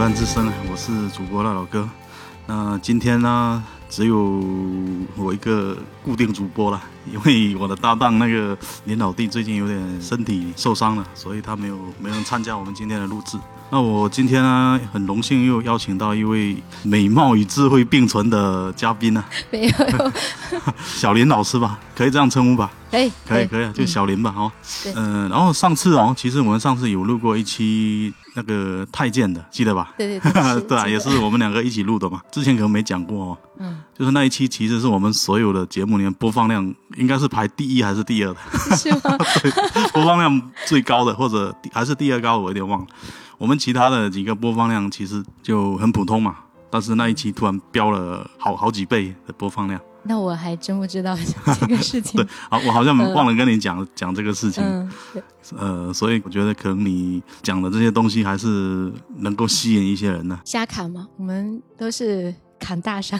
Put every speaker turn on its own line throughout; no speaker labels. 岸之声，我是主播赖老哥。那今天呢，只有我一个固定主播了，因为我的搭档那个林老弟最近有点身体受伤了，所以他没有没能参加我们今天的录制。那我今天呢，很荣幸又邀请到一位美貌与智慧并存的嘉宾呢、
没有，
小林老师吧，可以这样称呼吧？
可以，
可以可以
哎
啊，就小林吧，哦，
对
嗯、然后上次哦，其实我们上次有录过一期那个太监的，记得吧？
对对对，
对啊，也是我们两个一起录的嘛，之前可能没讲过哦。嗯，就是那一期其实是我们所有的节目里面播放量应该是排第一还是第二的，
是吗？
播放量最高的，或者第还是第二高的，我有点忘了。我们其他的几个播放量其实就很普通嘛，但是那一期突然飙了好好几倍的播放量。
那我还真不知道这个事情
对。好，我好像忘了跟你讲、讲这个事情。
嗯，对
呃，所以我觉得可能你讲的这些东西还是能够吸引一些人呢、
瞎砍嘛，我们都是砍大山。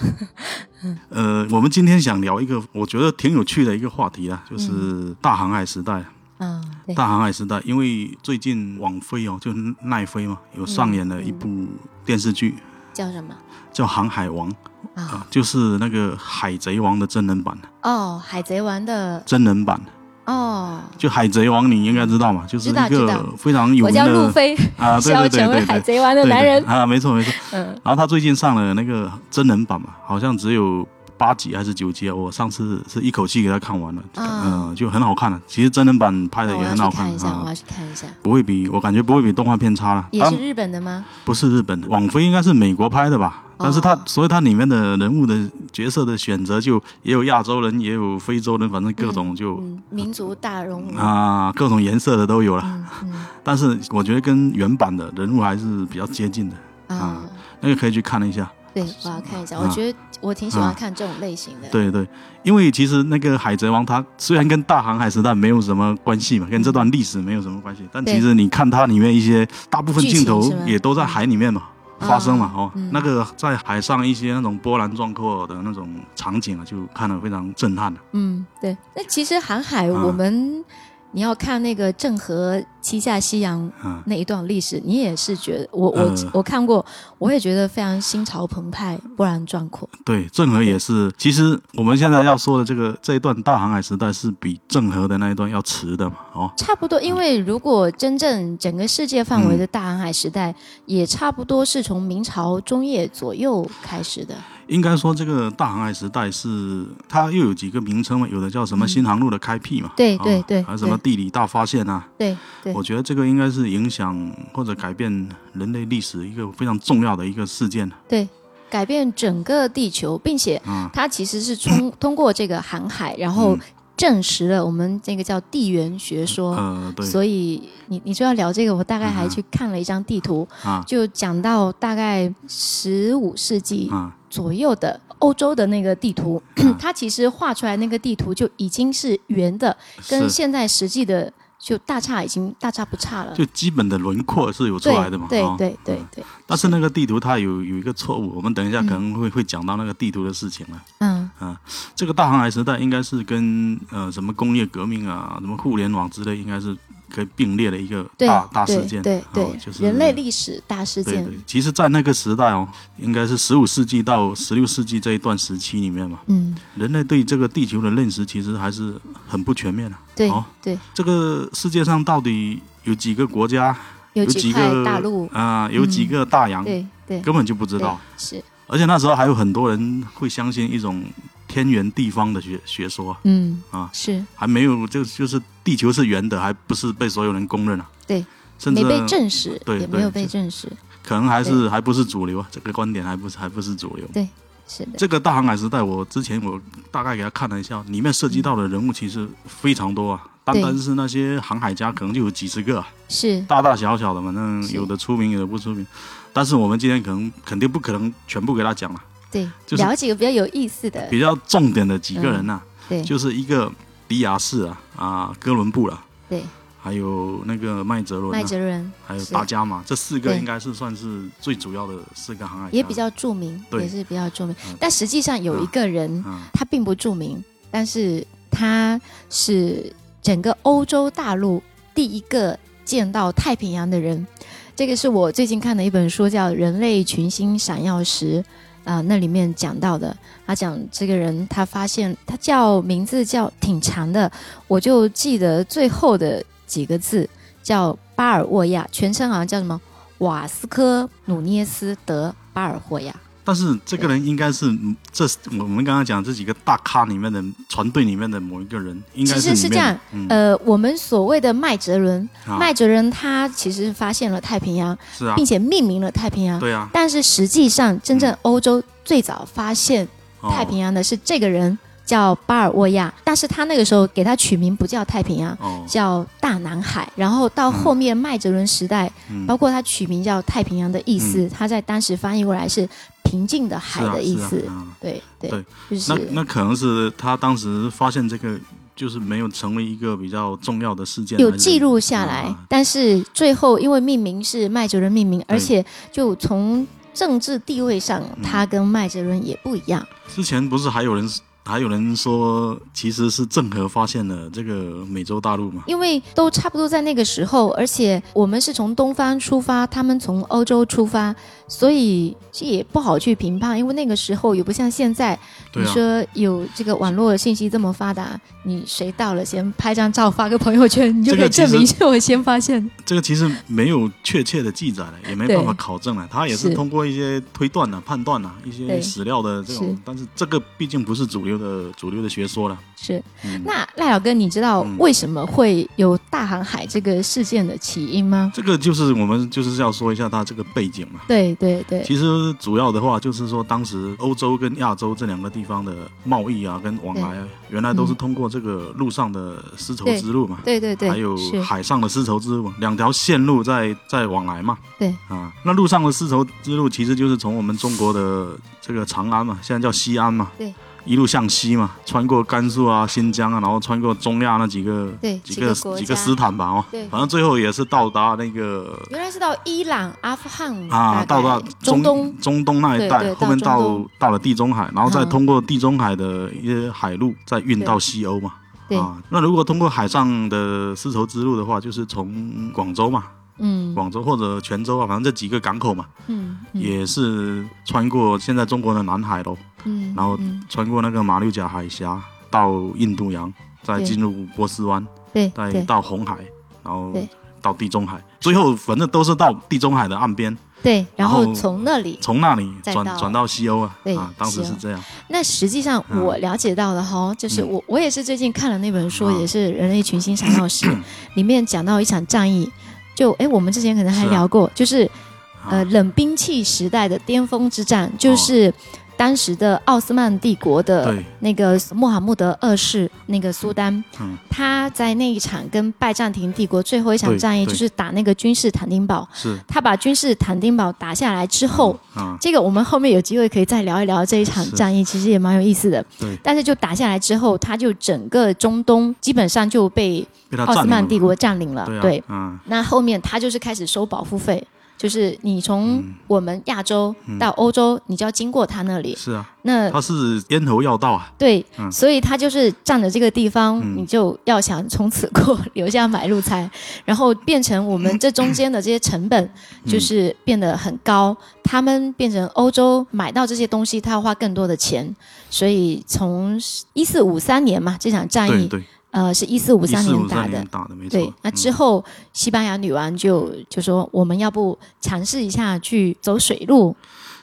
呃，我们今天想聊一个我觉得挺有趣的一个话题啊，就是大航海时代。
嗯，对，
大航海时代，因为最近网飞哦，就奈飞嘛，有上演了一部
嗯
电视剧、
叫什么
叫《航海王》
啊？
啊，就是那个《海贼王》的真人版，
哦，海贼王的
真人版。
哦，
就《海贼王》，你应该知道嘛，就是
知道
一
知
个
道
非常有
我
名
叫路
的
飞，
啊，
是
对
要
对对
成为
对
海
对。
贼王的男人
对。对啊，没错没错。
嗯，
然后他最近上了那个真人版嘛，好像只有八集还是九集啊。我上次是一口气给他看完了，嗯、
啊
就很好看了。其实真人版拍的
那
也
我要
很好
去
看
看一下，
啊
我要去看一下。
不会比我感觉不会比动画片差了。
也
当
是日本的吗？
不是日本的，网飞应该是美国拍的吧？但是它、
哦
所以它里面的人物的角色的选择就也有亚洲人，也有非洲人，反正各种就。
嗯，民族大融合。
啊，各种颜色的都有了，
嗯嗯
但是我觉得跟原版的人物还是比较接近的，
啊
啊，那个可以去看一下。
对，我要看一下。
啊
我觉得我挺喜欢
啊
看这种类型的。
对对，因为其实那个《海贼王》，它虽然跟大航海时代没有什么关系嘛，跟这段历史没有什么关系，但
对
其实你看它里面一些大部分
剧情
镜头
是吧
也都在海里面嘛。
嗯
发生嘛，哦，
嗯
那个在海上一些那种波澜壮阔的那种场景啊，就看了非常震撼啊的。
嗯，对。那其实航海，
嗯
我们、你要看那个郑和七下西洋
嗯
那一段历史，你也是觉得我我、
呃
我看过，我也觉得非常心潮澎湃、波澜壮阔。
对，郑和也是。其实我们现在要说的这个这一段大航海时代是比郑和的那一段要迟的嘛，哦，
差不多，因为如果真正整个世界范围的大航海时代，也差不多是从明朝中叶左右开始的。
应该说这个大航海时代是它又有几个名称嘛，有的叫什么
嗯
新航路的开辟嘛，
对
哦
对对
还有什么地理大发现啊，
对对
我觉得这个应该是影响或者改变人类历史一个非常重要的一个事件
对，改变整个地球，并且
啊，
它其实 是通通过这个航海，然后
嗯
证实了我们这个叫地缘学说。
呃，对
哦所以你你说要聊这个，我大概还去看了一张地图，
啊
就讲到大概十五世纪
啊，
左右的欧洲的那个地图， 它其实画出来那个地图就已经是圆的，跟
是
现在实际的就大差已经大差不差了。
就基本的轮廓是有出
对
来的嘛，
对
哦
对对对，
但是那个地图它有有一个错误，我们等一下可能会、会讲到那个地图的事情了。
嗯
这个大航海时代应该是跟呃什么工业革命啊、什么互联网之类，应该是可以并列的一个
对
大大事
对
件。
对
哦
对，
就是
人类历史大事
对
件
对，，其实，在那个时代哦，应该是十五世纪到十六世纪这一段时期里面嘛，
嗯，
人类对这个地球的认识其实还是很不全面的、
对
好
对，
这个世界上到底有几个国家，
有
几
几块
个
大陆，
啊、有几个大洋，
对对，
根本就不知道。
对是，
而且那时候还有很多人会相信一种天圆地方的学学说，
嗯
啊
是
还没有就就是地球是圆的，还不是被所有人公认啊。
对，
甚
没
至
被证实，
对
也
对
没有被
就
证实，
可能还是还不是主流啊，这个观点还不是还不是主流。
是的，
这个大航海时代，我之前我大概给他看了一下，里面涉及到的人物其实非常多啊。单
对
单是那些航海家，可能就有几十个啊、
是
大大小小的，反正
是
有的出名，有的不出名。但是我们今天可能肯定不可能全部给他讲了，
对，
就是
聊几个比较有意思的，
比较重点的几个人呐、啊
嗯对
就是一个迪亚士啊，啊，哥伦布啊，
对，
还有那个麦哲伦、
麦
啊，
哲伦
还有
是
达伽马，这四个
对
应该是算是最主要的四个航海家，
也比较著名，
啊对
也是比较著名
嗯，
但实际上有一个人
啊，
他并不著名，但是他是整个欧洲大陆第一个见到太平洋的人。这个是我最近看的一本书，叫《人类群星闪耀时》啊、那里面讲到的，他讲这个人他发现他叫名字叫挺长的，我就记得最后的几个字叫巴尔沃亚，全称好像叫什么瓦斯科努涅斯德巴尔霍亚。
但是这个人应该是嗯这我们刚刚讲这几个大咖里面的船队里面的某一个人，应该
其实
是
是
里面
这样，
嗯，
呃，我们所谓的麦哲伦，
啊
麦哲伦他其实发现了太平洋，
是啊
并，且命名了太平洋。
对啊，
但是实际上，真正
嗯
欧洲最早发现
哦
太平洋的是这个人，叫巴尔沃亚。但是他那个时候给他取名不叫太平洋，
哦，
叫大南海。然后到后面麦哲伦时代，
嗯
包括他取名叫太平洋的意思，他在当时翻译过来是平静的海
是啊
的意思。
是啊啊
对对
对
就是
那那可能是他当时发现这个，就是没有成为一个比较重要的事件，
有
还是
记录下来，
啊
但是最后因为命名是麦哲伦命名，而且就从政治地位上，他跟麦哲伦也不一样。
之前不是还有人还有人说，其实是郑和发现了这个美洲大陆嘛？
因为都差不多在那个时候，而且我们是从东方出发，他们从欧洲出发，所以这也不好去评判，因为那个时候也不像现在，
对
你
啊，
说有这个网络信息这么发达，你谁到了先拍张照发个朋友圈，你就
这
可
个
以证
其实
明是我先发现的。
这个其实没有确切的记载了，也没办法
对
考证了。他也是
是
通过一些推断啊、判断啊、一些
对
史料的这种
是，
但是这个毕竟不是主流的主流的学说了。
是，
嗯，
那赖老哥，你知道
嗯
为什么会有大航海这个事件的起因吗？
这个就是我们就是要说一下它这个背景嘛。
对对对，
其实主要的话就是说，当时欧洲跟亚洲这两个地方的贸易啊，跟往来啊，原来都是
嗯
通过这个陆上的丝绸
对
之路嘛。
对对对，
还有
是
海上的丝绸之路，两条线路在在往来嘛。
对
啊，那陆上的丝绸之路其实就是从我们中国的这个长安嘛，现在叫西安嘛，
对，
一路向西嘛，穿过甘肃啊、新疆啊，然后穿过中亚那几个
对
几
几个
个
国
几
家
个斯坦吧哦
对，
反正最后也是到达那个
原来是到伊朗、阿富汗
啊，
大
到
概
达
中东。
中东那一
对
带，
对
后面
到
到
中东
到了地中海，然后再
嗯
通过地中海的一些海路，再运到西欧嘛。
对
啊，那如果通过海上的丝绸之路的话，就是从广州嘛，
嗯
广州或者泉州啊，反正这几个港口嘛，
嗯，嗯
也是穿过现在中国的南海喽，
嗯，
然后
嗯
穿过那个马六甲海峡到印度洋，再
对
进入波斯湾，
对
再
对
到红海，然后
对
到地中海，最后反正都是到地中海的岸边。
对，然
然
后
后
从那里，
从那里
再
转
到
转到西欧啊，
对
啊，当时
西
是
欧
这样，
那实际上
嗯
我了解到的哈，就是
嗯
我我也是最近看了那本书，
嗯
也是《人类群星闪耀 时》，里面讲到一场战役，就哎，我们之前可能还
是啊
聊过，就是
啊
呃冷兵器时代的巅峰之战，就是当时的奥斯曼帝国的
对，
那个穆罕默德二世，那个苏丹，
嗯
他在那一场跟拜占庭帝国最后一场
对
战役，
对
就是打那个君士坦丁堡。
是
他把君士坦丁堡打下来之后，
啊，
这个我们后面有机会可以再聊一聊这一场
是
战役，其实也蛮有意思的。
对，
但是就打下来之后，他就整个中东基本上就被
被他
奥斯
占
曼
领
帝
了
国占领了。
嘛，对啊，嗯，
那后面他就是开始收保护费，就是你从
嗯
我们亚洲到欧洲，你就要经过他那里。
是啊，
那
他是咽喉要道啊，
对，
嗯
所以他就是占着这个地方，
嗯
你就要想从此过留下买路财，然后变成我们这中间的这些成本
嗯
就是变得很高，他们变成欧洲买到这些东西，他要花更多的钱，所以从一四五三年嘛，这场战
对
役，
对，
呃，是一四五
一
三
四
年
五
打
三
的
年。打的没
对
错，，嗯
那之后西班牙女王就就说，我们要不尝试一下去走水路？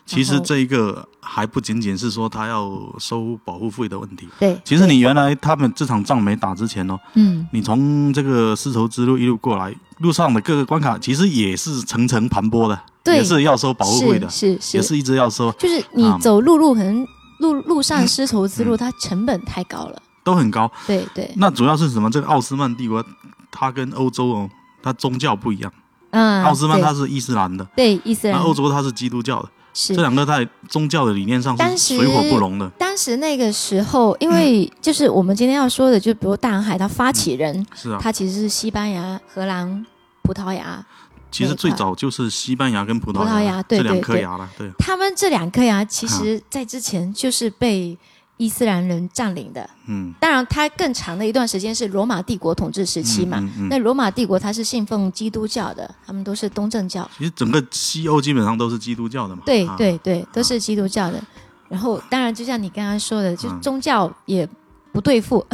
其实
后
这一个还不仅仅是说他要收保护费的问题。
对，
其实你原来他们这场仗没打之前哦，
嗯，
你从这个丝绸之路一路过来，路上的各个关卡其实也是层层盘剥的，
对
也是要收保护费的，
是是
也是一直要收，
就是你
啊嗯
走陆路，可能路路上丝绸之路，它成本太高了。
都很高。
对对，
那主要是什么？这个奥斯曼帝国，它跟欧洲哦，它宗教不一样。
嗯，
奥斯曼
对
它是伊斯兰的，
对伊斯
那
兰
欧洲它是基督教的，这
是
两个在宗教的理念上
当
是
时
水火不容的。
当时那个时候，因
嗯
为就是我们今天要说的，就比如大航海，它发起人
是啊，
他其实是西班牙、荷兰、葡萄牙，
其实最早就是西班牙跟葡萄
葡萄牙对
这两
对
颗
对
牙了，对啊
他们这两颗牙其实在之前就是被伊斯兰人占领的。
嗯，
当然，它更长的一段时间是罗马帝国统治时期嘛。
嗯嗯嗯
那罗马帝国它是信奉基督教的，他们都是东正教。
其实整个西欧基本上都是基督教的嘛。
对
啊，
对对，都是基督教的。然后，当然就像你刚刚说的，就
嗯
宗教也不对付，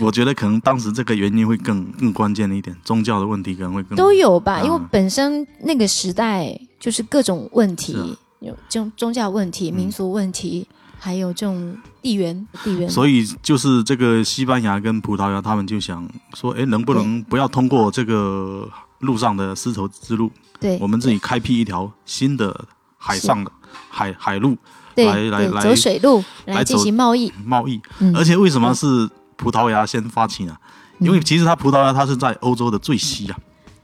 我觉得可能当时这个原因会更更关键一点，宗教的问题可能会更
都有吧，因为
嗯
本身那个时代就是各种问
是
题
啊，
有宗宗教问题、民族问题，还有这种地缘地缘。
所以就是这个西班牙跟葡萄牙，他们就想说，哎，能不能不要通过这个路上的丝绸之路，
对
我们自己开辟一条新的海上的海海路
对
来来
对，
来
走水路
来
来进
走
行贸易，
贸易？
嗯，
而且为什么是葡萄牙先发起呢？因为
嗯
其实它葡萄牙它是在欧洲的最西啊，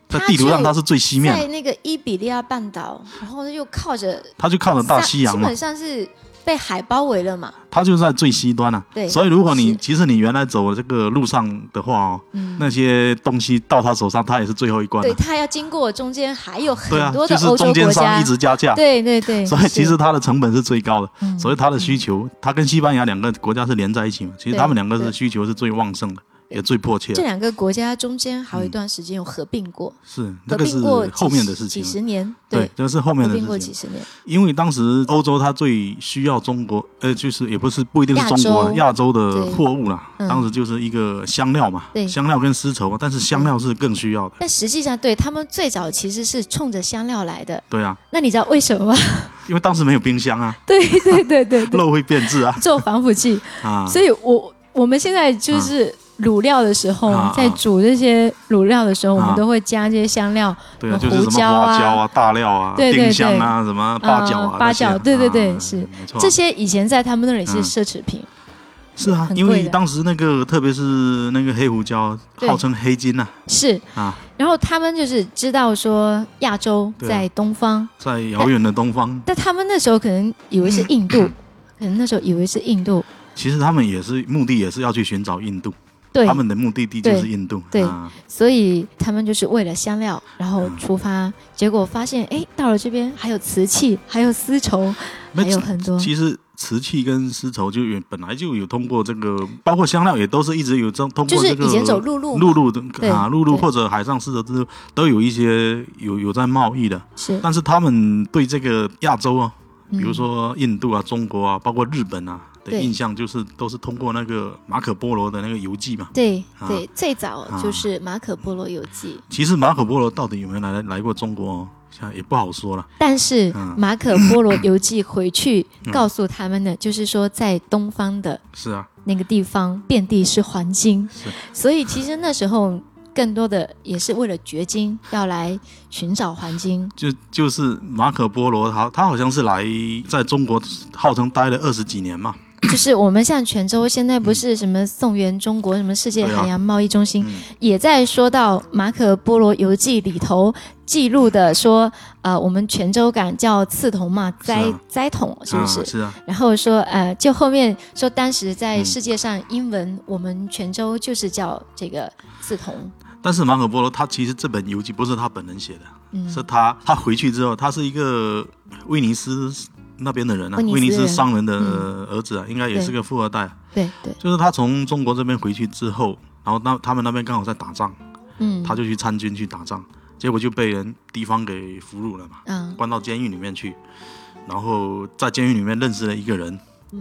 在地图上它是最西面
在
的，
那个伊比利亚半岛，然后又靠着
它就靠着大
上
西洋
基
嘛
本，上是被海包围了嘛。
它就在最西端啊。
对，
所以如果你
是
其实你原来走这个路上的话哦，
嗯
那些东西到他手上，他也是最后一关啊
对
的。
它要经过中间还有很
对啊，
多
就
的
是
欧洲
中间
国家，
商一直加价，
对对对，
所以其
是
实它的成本是最高的，
嗯
所以它的需求，它跟西班牙两个国家是连在一起嘛，其实
对
他们两个是
对
需求是最旺盛的，
对
也最迫切
这
的，
两个国家中间还有一段时间有合并过，
是
合
嗯那个是
并过几
后面的
十
事情
几，十年，
对，这个是后面
合
的
并过
事
几
情，
十年，
因为当时欧洲它最需要中国，呃，就是也不是不一定是中国啊亚
亚
洲的
对
货物啦，
嗯
当时就是一个香料嘛，
对
香料跟丝绸嘛，但是香料是更需要的，
但实际上对他们最早其实是冲着香料来的。
对啊，
那你知道为什么吗？
因为当时没有冰箱啊，
对对对对 对，
肉会变质啊，
做防腐剂。
啊，
所以我我们现在就是卤料的时候，
啊
在煮这些卤料的时候，我
啊
们都会加这些香料，
对啊，
什
就
么
是什
胡
么
椒
花
啊
椒啊、大料啊、
对对
丁香啊、什么八角啊、
啊八
那些啊
角对对对
啊
是
没错啊，
这些以前在他们那里是
嗯
奢侈品。
是啊，
很
因
贵
为
的
当时那个特别是那个黑胡椒，
对
号称黑金呐，
是
啊，
然后他们就是知道说亚洲
对啊
在东方，
在遥远的东方，
但他们那时候可能以为
嗯
是 印度，可能那时候以为是印度，
其实他们也是目的也是要去寻找印度，
对
他，们的目的地就是印度，
对
啊，
所以他们就是为了香料，然后
嗯
出发，结果发现哎，到了这边还有瓷器，还有丝绸，
那
还有很多，
其实瓷器跟丝绸就原本来就有通过这个，包括香料也都是一直有通通
就
过
是
这个
以前走陆路嘛，
陆路的
对
啊，陆路
对
或者海上丝绸之路都有一些有有在贸易的，
是，
但是他们对这个亚洲啊，比
嗯
如说印度啊、中国啊，包括日本啊的
对
印象，就是都是通过那个马可波罗的那个游记嘛。
对
啊
对，最早
啊
就是马可波罗游记，
其实马可波罗到底有没有来来过中国、哦，现在也不好说了。
但是
啊
马可波罗游记回去
嗯
告诉他们的，就是说在东方的
是啊，
那个地方遍地是黄金
是，
所以其实那时候更多的也是为了掘金，要来寻找黄金。
就就是马可波罗他他好像是来在中国号称待了二十几年嘛。
就是我们像泉州现在不是什么宋元中国什么世界
对啊
海洋贸易中心，
嗯
也在说到《马可波罗游记》里头记录的说，呃，我们泉州港叫刺桐嘛，
是啊
栽栽桶是不是？
啊、是啊，
然后说，呃，就后面说，当时在
嗯
世界上英文，我们泉州就是叫这个刺桐，
但是马可波罗他其实这本游记不是他本人写的，
嗯，
是他他回去之后，他是一个威尼斯那边的人啊，
威尼斯
威尼斯
人
商人的
嗯
儿子啊，应该也是
对
个富二代。啊
对对，
就是他从中国这边回去之后，然后那他们那边刚好在打仗，
嗯，
他就去参军去打仗，结果就被人敌方给俘虏了嘛，
嗯
关到监狱里面去，然后在监狱里面认识了一个人，哎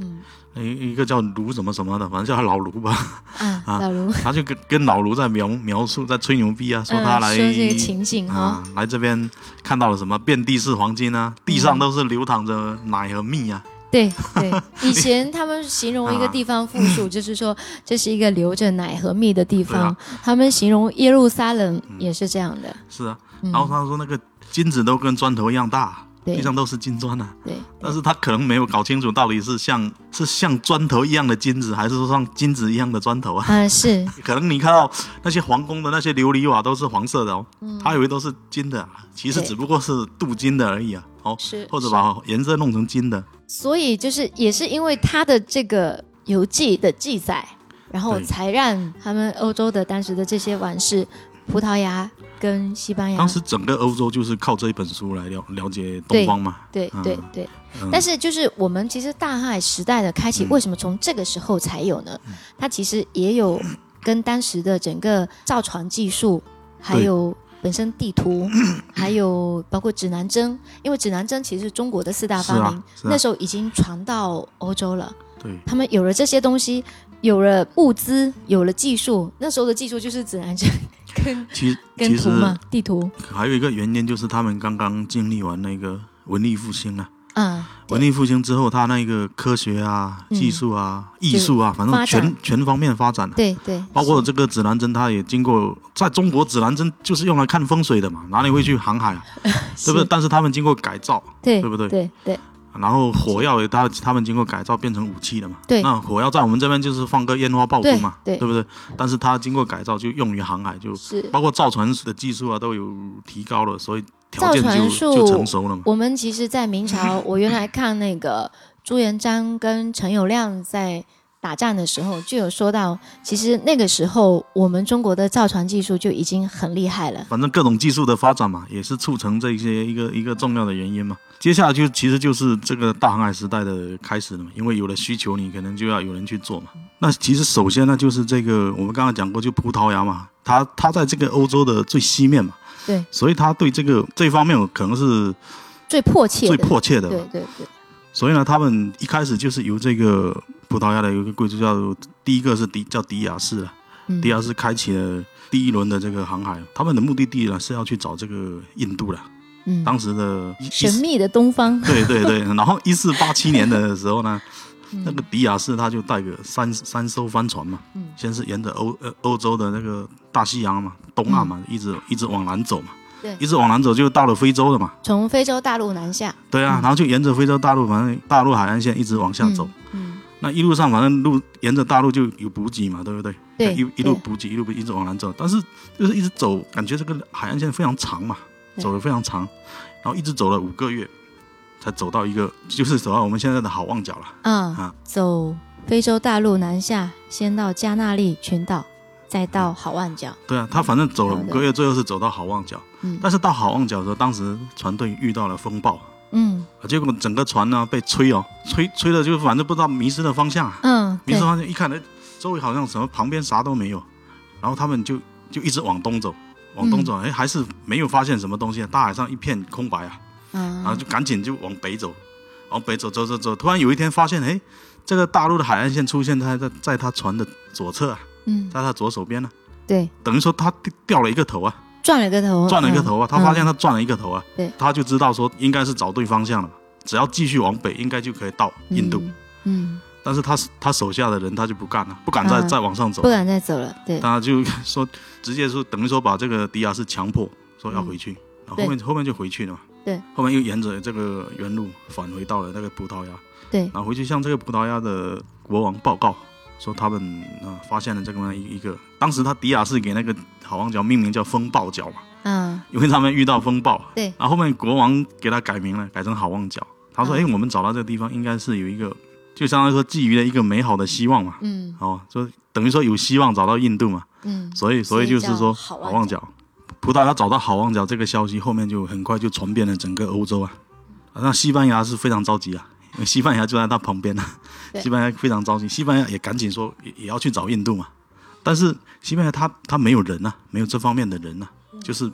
嗯
一一个叫卢什么什么的，反正叫他老卢吧，
啊，
啊
老卢
他就跟跟老卢在描描述，在吹牛逼啊，说他
嗯
来、
说这个情景哦哈
啊，来这边看到了什么遍地是黄金
嗯
啊，地上都是流淌着奶和蜜啊，
对对，以前他们形容一个
啊
地方富庶，就是说这是一个流着奶和蜜的
对
地方
啊。
他们形容耶路撒冷也是这样的。
是啊，
嗯
然后他说那个金子都跟砖头一样大，
对
地上都是金砖啊。
对
但是他可能没有搞清楚到底是像是像砖头一样的金子，还是说像金子一样的砖头啊？
啊是
可能你看到那些皇宫的那些琉璃瓦都是黄色的哦，
嗯
他以为都是金的啊，其实
对
只不过是镀金的而已啊。哦，
是，
或者
是
把颜色弄成金的，
所以就是也是因为他的这个游记的记载，然后
对
才让他们欧洲的当时的这些王室，葡萄牙跟西班牙，
当时整个欧洲就是靠这一本书来了了解东方嘛。
对
嗯
对对。
嗯、
但是就是我们其实大航海时代的开启，
嗯
为什么从这个时候才有呢？它其实也有跟当时的整个造船技术，还有本身地 图，还有包括指南针，因为指南针其实是中国的四大
是
发明，
啊，是啊
那时候已经传到欧洲了。
对
他们有了这些东西，有了物资，有了技术，那时候的技术就是指南针跟
其
跟
其
图
实
嘛，地图
还有一个原因就是他们刚刚经历完那个文艺复兴了、
啊，对
文艺复兴之后，他那个科学啊、
嗯
技术啊、艺术啊，反
发
正
展
全全方面发展了。
对对，
包括这个指南针，它也经过在中国指南针就是用来看风水的嘛，哪里会去航海啊？对不对？
嗯是
但是他们经过改造，
对
对不对
对对
然后火药也他他们经过改造变成武器了嘛？
对
那火药在我们这边就是放个烟花爆竹
对
嘛，
对。
不对？但是它经过改造就用于航海，就是包括造船的技术啊都有提高了，所以条
造
件就
船术
就成熟了嘛。
我们其实，在 明朝，我原来看那个朱元璋跟陈友谅在打仗的时候，就有说到，其实那个时候我们中国的造船技术就已经很厉害了。
反正各种技术的发展嘛，也是促成这些一个一个重要的原因嘛。接下来就其实就是这个大航海时代的开始了嘛，因为有了需求，你可能就要有人去做嘛。那其实首先呢，就是这个我们刚刚讲过，就葡萄牙嘛，它它在这个欧洲的最西面嘛，
对，
所以它对这个这方面可能是
最迫切的，
最迫切的嘛
对。对对，
所以呢，他们一开始就是由这个葡萄牙的有一个贵族叫第一个是迪叫迪亚士啊，
嗯，
迪亚士开启了第一轮的这个航海，他们的目的地呢是要去找这个印度的。
嗯，
当时的一
神秘的东方，
对对对，然后一四八七年的时候呢，
嗯
那个迪亚士他就带个三三艘帆船嘛，
嗯
先是沿着欧呃欧洲的那个大西洋嘛，东岸嘛，一直一直往南走嘛，
对
一直往南走就到了非洲了嘛，
从非洲大陆南下，
对啊，
嗯
然后就沿着非洲大陆，反正大陆海岸线一直往下走，
嗯，
那一路上反正路沿着大陆就有补给嘛，对不对？
嗯，对，
一一路
对
补给，一路一直往南走，但是就是一直走，感觉这个海岸线非常长嘛，
对
走的非常长，然后一直走了五个月，才走到一个就是走到我们现在的好望角了。
啊
啊，
走非洲大陆南下，先到加那利群岛，再
嗯
到好望角，
对啊，他反正走了
嗯好
五
的
个月，最后是走到好望角。
嗯
但是到好望角的时候，当时船队遇到了风暴，啊
嗯
结果整个船呢被吹哦，吹吹的就反正不知道迷失了方向啊，
嗯，
迷
对
失方向一看，哎，周围好像什么旁边啥都没有，然后他们就就一直往东走，往东
嗯
走，哎、还是没有发现什么东西啊，大海上一片空白啊。然后
啊，
就赶紧就往北走，往北走走走走，突然有一天发现，哎，这个大陆的海岸线出现在在在他船的左侧啊，
嗯，
在他左手边呢、
对，
等于说他掉掉了一个头啊，
转了个头，
转了一个头啊，
嗯
他发现他转了一个头啊，
对
他就知道说应该是找对方向了嘛，只要继续往北，应该就可以到印度。，
嗯，嗯
但是他他手下的人他就不干了，不敢再、
嗯
再往上走
不，敢再走了，对，
他就说直接说等于说把这个迪亚是强迫说要回去，然后后面后面就回去了嘛，
嗯对，
后面又沿着这个原路返回到了那个葡萄牙，
对
然后回去向这个葡萄牙的国王报告说他们啊、呃发现了这个一一个，当时他迪亚是给那个好望角命名叫风暴角嘛，
啊，
因为他们遇到风暴，
对，
然后后面国王给他改名了，改成好望角，他说
嗯
哎、我们找到这个地方应该是有一个，就相当于说寄予了一个美好的希望嘛，
嗯
哦，就等于说有希望找到印度嘛。
嗯，
所以，所以就是
所以叫
说，
好
好
望角
望角，葡萄牙找到好望角这个消息，后面就很快就传遍了整个欧洲啊。啊那西班牙是非常着急啊，因为西班牙就在他旁边啊。
对
西班牙非常着急，西班牙也赶紧说也也要去找印度嘛。但是西班牙他他没有人啊，没有这方面的人啊，就是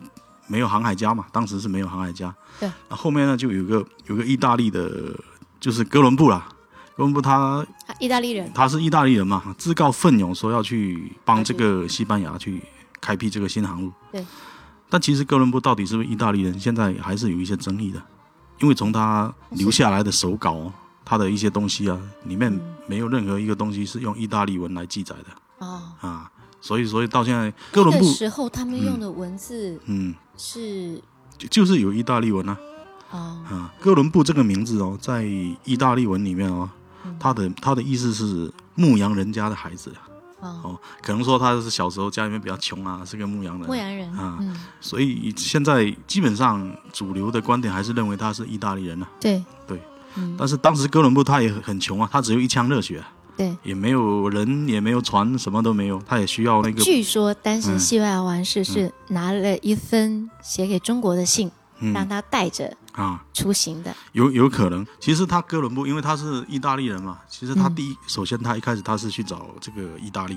没有航海家嘛，当时是没有航海家。
对，
那后面呢就有个有个意大利的，就是哥伦布啦。哥伦布他
啊意大利人，
他是意大利人嘛，自告奋勇说要去帮
开
这
辟
个西班牙去开辟这个新航路。
对。
但其实哥伦布到底是不是意大利人，现在还是有一些争议的，因为从他留下来的手稿哦，他的一些东西啊，里面
嗯
没有任何一个东西是用意大利文来记载的
哦，
啊，所以所以到现在哥
那
伦
个
布，
时候他们用的文字
嗯，
是
就就是有意大利文啊，
啊，
啊，哥伦布这个名字哦，在意大利文里面哦
嗯，
他的他的意思是牧羊人家的孩子。
啊，
哦，可能说他是小时候家里面比较穷啊，是个牧羊人，
牧羊人，
啊
嗯，
所以现在基本上主流的观点还是认为他是意大利人啊。
对
对，
嗯
但是当时哥伦布他也很穷啊，他只有一腔热血啊、
对，
也没有人，也没有船，什么都没有，他也需要那个，
据说当时西班牙王室是拿了一封写给中国的信，让
嗯
他带着
啊，
出行的。
有有可能。其实他哥伦布，因为他是意大利人嘛，其实他
嗯
第一，首先他一开始他是去找这个意大利，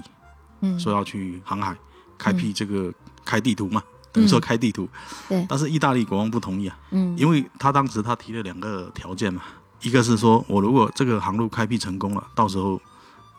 嗯，
说要去航海，开辟这个、开地图嘛，
嗯
等于说开地图。
对
但是意大利国王不同意啊，
嗯
因为他当时他提了两个条件嘛，一个是说我如果这个航路开辟成功了，到时候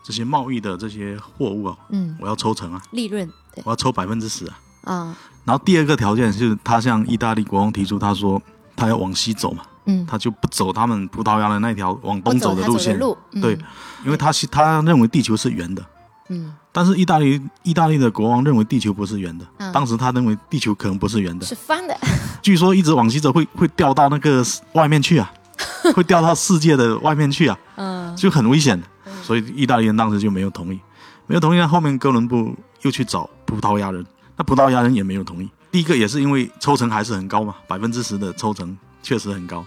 这些贸易的这些货物啊，
嗯，
我要抽成啊，
利润对
我要抽百分之十啊。
啊，
然后第二个条件是他向意大利国王提出，他说他要往西走嘛，
嗯，
他就不走他们葡萄牙的那条往
不
东走
他
路
走的
线，
路，嗯
对，因为他是他认为地球是圆的。
嗯，
但是意大利意大利的国王认为地球不是圆的，
嗯
当时他认为地球可能不是圆的，
是方的，
据说一直往西走会会掉到那个外面去啊，会掉到世界的外面去啊，
嗯
就很危险。所以意大利人当时就没有同意，没有同意。后面哥伦布又去找葡萄牙人，那葡萄牙人也没有同意。第一个也是因为抽成还是很高嘛，百分之十的抽成确实很高。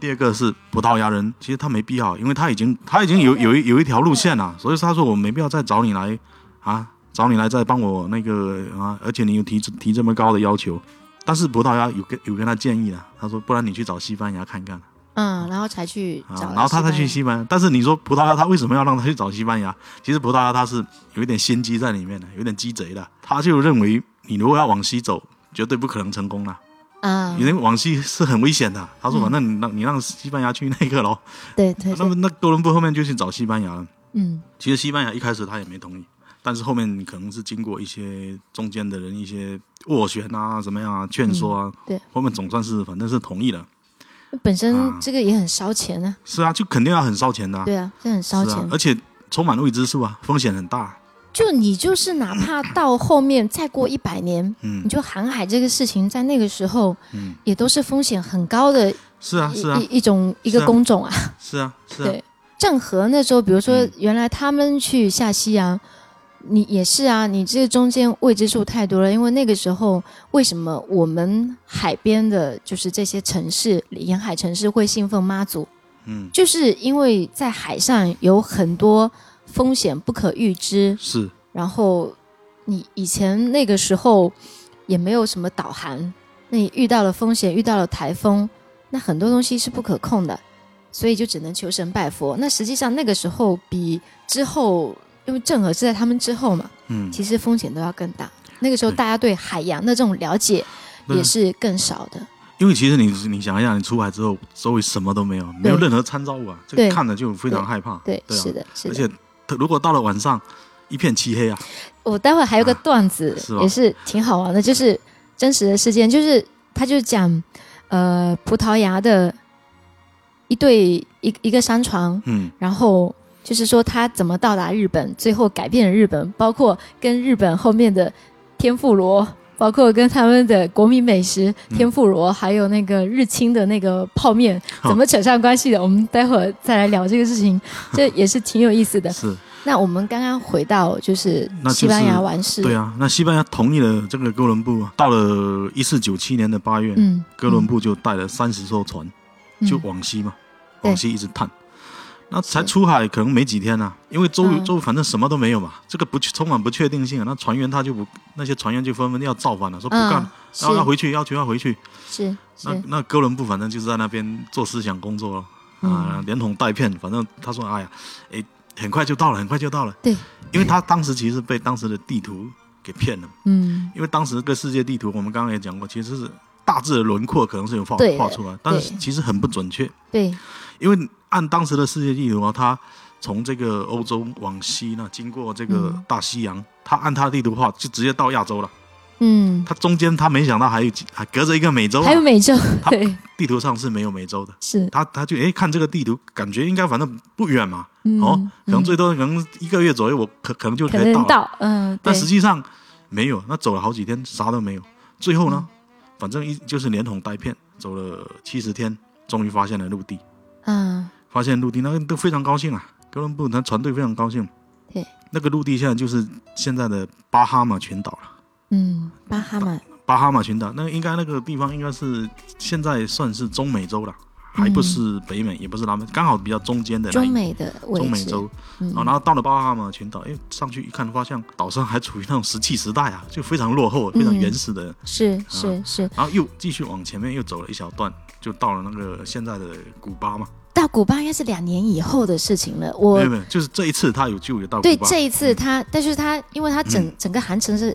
第二个是葡萄牙人，其实他没必要，因为他已经他已经有有一有一条路线了、所以他说我没必要再找你来啊，找你来再帮我那个啊，而且你又提提这么高的要求。但是葡萄牙有跟有跟他建议了，他说不然你去找西班牙看看。
嗯，然后才去
啊
找，了
然后他
西班
再
牙
去西班牙。但是你说葡萄牙，他为什么要让他去找西班牙？其实葡萄牙他是有一点心机在里面的，有点鸡贼的。他就认为你如果要往西走，绝对不可能成功的，
啊，
因为往西是很危险的。他说：“
嗯
反正你让你让西班牙去那个咯。
对对
那么
对，
那哥伦布后面就去找西班牙了。
嗯
其实西班牙一开始他也没同意，但是后面可能是经过一些中间的人一些斡旋啊，怎么样啊，劝说啊，
嗯对，
后面总算是反正是同意了。
本身
啊
这个也很烧钱啊，
是啊，就肯定要很烧钱的、啊，
对啊，这很烧
是
钱
啊，。而且充满未知数啊，风险很大。
就你就是哪怕到后面再过一百年，
嗯
你，就航海这个事情，在那个时候，
嗯
也都是风险很高的
是啊，
一
是啊，
一一种一个
是啊
工种啊。
是啊，是啊
对，郑和那时候，比如说
嗯
原来他们去下西洋，你也是啊，你这中间未知数太多了。因为那个时候，为什么我们海边的就是这些城市沿海城市会信奉妈祖，
嗯，
就是因为在海上有很多风险不可预知，
是
然后你以前那个时候也没有什么导航，那你遇到了风险，遇到了台风，那很多东西是不可控的，所以就只能求神拜佛。那实际上那个时候比之后，因为郑和是在他们之后嘛，
嗯，
其实风险都要更大。那个时候
对
大家对海洋的这种了解
对
也是更少的。
因为其实你你想一下，你出海之后周围什么都没有，没有
对
任何参照物啊，这
对
个看了就非常害怕。
对，
对啊
是的，是
而
的。
且特如果到了晚上，一片漆黑啊，
我哦待会儿还有个
啊
段子，
是吗
也是挺好玩的，就是真实的事件，就是他就讲，呃，葡萄牙的一对一一个商船，
嗯
然后就是说他怎么到达日本，最后改变了日本，包括跟日本后面的天妇罗。包括跟他们的国民美食
嗯
天妇罗，还有那个日清的那个 泡面，
哦
怎么扯上关系的？我们待会儿再来聊这个事情，这也是挺有意思的。
是
那我们刚刚回到就是
那就是
西班牙王室，
对啊。那西班牙同意了这个哥伦布啊，到了一四九七年的八月，
嗯，
哥伦布就带了三十艘船，
嗯
就往西嘛，
对
往西一直探。那才
是
出海可能没几天呢、因为周
嗯
周反正什么都没有嘛，这个不确充满不确定性啊。那船员他就不，那些船员就纷纷要造反了，说不干，
嗯，是
要要回去，啊要求要回去。
是
那
是，
那哥伦布反正就是在那边做思想工作了啊、
嗯，
连哄带骗，反正他说哎呀，哎，很快就到了，很快就到了。
对，
因为他当时其实被当时的地图给骗了，
嗯，
因为当时这个世界地图我们刚刚也讲过，其实是大致的轮廓可能是有画
对的
画出来，但是
对
其实很不准确。
对，
因为按当时的世界地图啊，它从这个欧洲往西呢，经过这个
嗯
大西洋，它按它的地图画就直接到亚洲了。
嗯，
它中间它没想到还有几还隔着一个美洲、啊
还，有美洲，
他
对，
地图上是没有美洲的。
是，
他他就诶看这个地图，感觉应该反正不远嘛，
嗯，
哦，可能
嗯
最多可能一个月左右，我可可能就
可
以到
能
了。
到，嗯，
但
对
实际上没有，那走了好几天啥都没有。最后呢，反正一就是连哄带骗，走了七十天，终于发现了陆地。
嗯，
发现陆地，那个都非常高兴啊。哥伦布他船队非常高兴。
对，
那个陆地现在就是现在的巴哈马群岛了。
嗯，巴哈马，
巴哈马群岛，那应该那个地方应该是现在算是中美洲了，还不是北美，也不是南美，刚好比较中间的那一
嗯中美的位置，
中美洲
嗯
啊，然后到了巴哈马群岛，哎，上去一看，发现岛上还处于那种石器时代啊，就非常落后、非常原始的。
是
啊
是是，
然后又继续往前面又走了一小段，就到了那个现在的古巴嘛。
到古巴应该是两年以后的事情了。我
没有没有，就是这一次他有就有到
对
古巴。嗯
这一次他，但是他因为他整、整个航程是，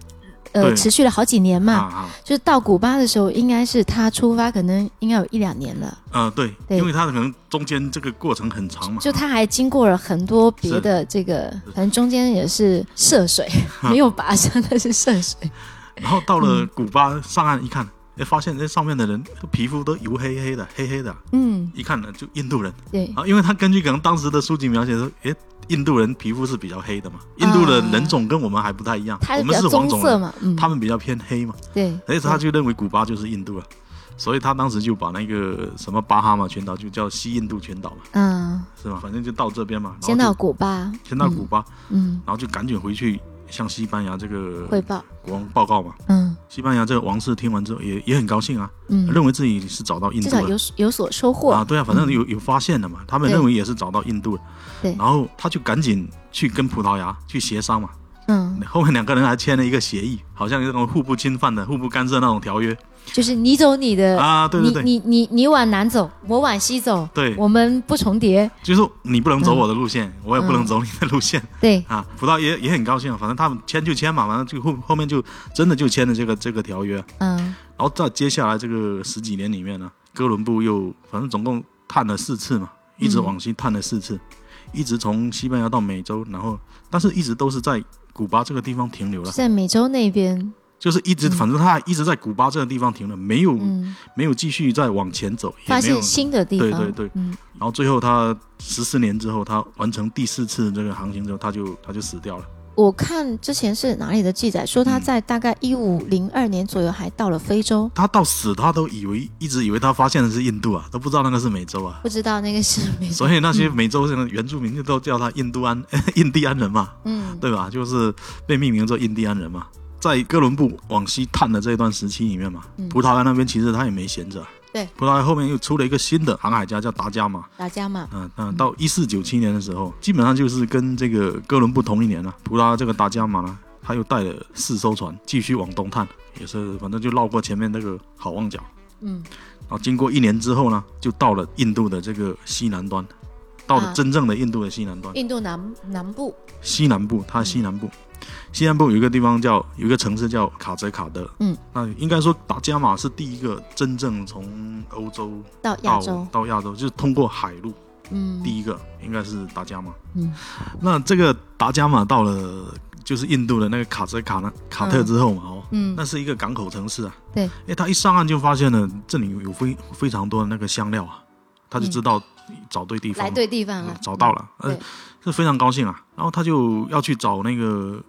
呃，
对
持续了好几年
啊
嘛，
啊，
就是到古巴的时候，应该是他出发，可能应该有一两年了。
呃对，
对
因为他可能中间这个过程很长嘛，
就他还经过了很多别的这个，反正中间也是涉水，没有跋山，但是涉 水。
啊然后到
嗯
了古巴上岸一看，哎，发现哎上面的人皮肤都油黑黑的，黑黑的，
嗯，
一看呢就印度人。
对，
啊，因为他根据可能当时的书籍描写说，诶，印度人皮肤是比较黑的嘛，印度的人种跟我们还不太一样，
他
我
啊比
们
较
是黄
棕
种
色
人，
嘛，嗯，
他们比较哎偏黑嘛，
对，
所以他就认为古巴就是印度了，所以他当时就把那个什么巴哈马群岛就叫西印度群岛嘛，
嗯，
是吧？反正就到这边嘛，然后
先到
就
古巴，
先到古巴，
嗯，
然后就赶紧回去向西班牙这个
汇报，
国王报告嘛。
嗯
西班牙这个王室听完之后也也很高兴啊，
嗯，
认为自己是找到印
至
度
少
了。
有有所收获。
啊，对啊，反正有有发现了嘛，他们
对
认为也是找到印度了，
对
然后他就赶紧去跟葡萄牙去协商嘛，
嗯，
后面两个人还签了一个协议，好像那种互不侵犯的、互不干涉那种条约
就是你走你的，
啊，对对对，
你你你你往南走，我往西走，
对，
我们不重叠。
就是你不能走
嗯
我的路线，我也不能
嗯
走你的路线
对，
啊。葡萄牙也也很高兴啊，反正他们签就签嘛，反正就后后面就真的就签了这个这个条约，
嗯
然后在接下来这个十几年里面呢，哥伦布又反正总共探了四次嘛，
嗯
一直往西探了四次，一直从西班牙到美洲，然后但是一直都是在古巴这个地方停留
是
了，
在美洲那边，
就是一直、
嗯
反正他一直在古巴这个地方停了，没有、
嗯，
没有继续再往前走，也
发
没有
现。新的地
对
方，
对对
嗯，
然后最后他十四年之后，他完成第四次这个航行之后，他就他就死掉了。
我看之前是哪里的记载说他
嗯
在大概一五零二年左右还到了非洲，
他到死他都以为一直以为他发现的是印度啊，都不知道那个是美洲啊。
不知道那个是美洲，
所以那些美洲人原住民就都叫他印度安、 印第安人嘛，
嗯，
对吧？就是被命名作印第安人嘛。在哥伦布往西探的这段时期里面嘛，
嗯
葡萄牙那边其实他也没闲着。
对，
葡萄牙后面又出了一个新的航海家叫达伽马，
达伽马，
嗯、那到一四九七年的时候，基本上就是跟这个哥伦布同一年了、啊葡萄牙这个达伽马呢，他又带了四艘船继续往东探，也是反正就绕过前面那个好望角，
嗯，
然后经过一年之后呢，就到了印度的这个西南端，到了
啊
真正的印度的西南端，
印度南南部，
西南部，它西南部，西南部有一个地方叫有一个城市叫卡泽卡德，
嗯，
那应该说达伽马是第一个真正从欧洲
到亚
到
洲，
到亚洲，就是通过海路，
嗯
第一个应该是达伽马。
嗯，
那这个达伽马到了就是印度的那个卡泽卡呢卡特之后嘛，哦，
嗯
那是一个港口城市啊。
对，
哎，他一上岸就发现了这里有非非常多的那个香料啊，他就知道找对地方
嗯来
了，
对地方了，嗯
找到了，呃
对，
这非常高兴啊。然后他就要去找那个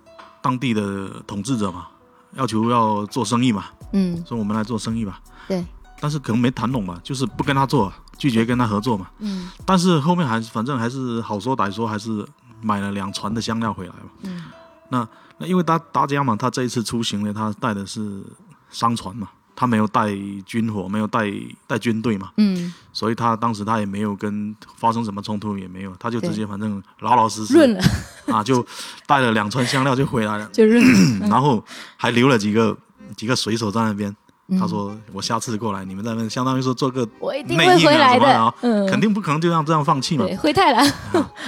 当地的统治者嘛，要求要做生意嘛，
嗯，
说我们来做生意吧。
对，
但是可能没谈拢嘛，就是不跟他做，拒绝跟他合作嘛。
嗯
但是后面还是反正还是好说歹说，还是买了两船的香料回来嘛。
嗯，
那因为达达伽马他这一次出行呢，他带的是商船嘛，他没有带军火，没有带带军队嘛，
嗯，
所以他当时他也没有跟发生什么冲突，也没有，他就
对
直接反正老老实
润
实
了
啊，就带了两串香料就回来了，嗯
就润了，
然后还留了几个几个水手在那边。
嗯
他说：“我下次过来，你们在那边相当于说做个
我一定
内
会
应
回
啊
来
什么的
的
啊，，
嗯，
肯定不可能就这样这样放弃嘛。
对，回泰了，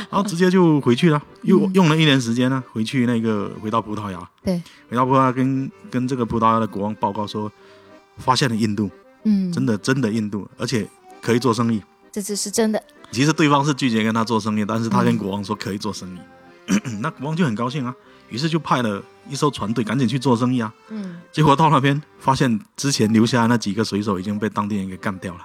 然后直接就回去了，
嗯
又用了一年时间呢，回去那个回到葡萄牙，
对，
回到葡萄牙跟跟这个葡萄牙的国王报告说，发现了印度，
嗯，
真的真的印度，而且可以做生意。
这次是真的，
其实对方是拒绝跟他做生意，但是他跟
嗯
国王说可以做生意， 那国王就很高兴啊，于是就派了一艘船队赶紧去做生意啊。
嗯
结果到那边发现之前留下的那几个水手已经被当地人给干掉了，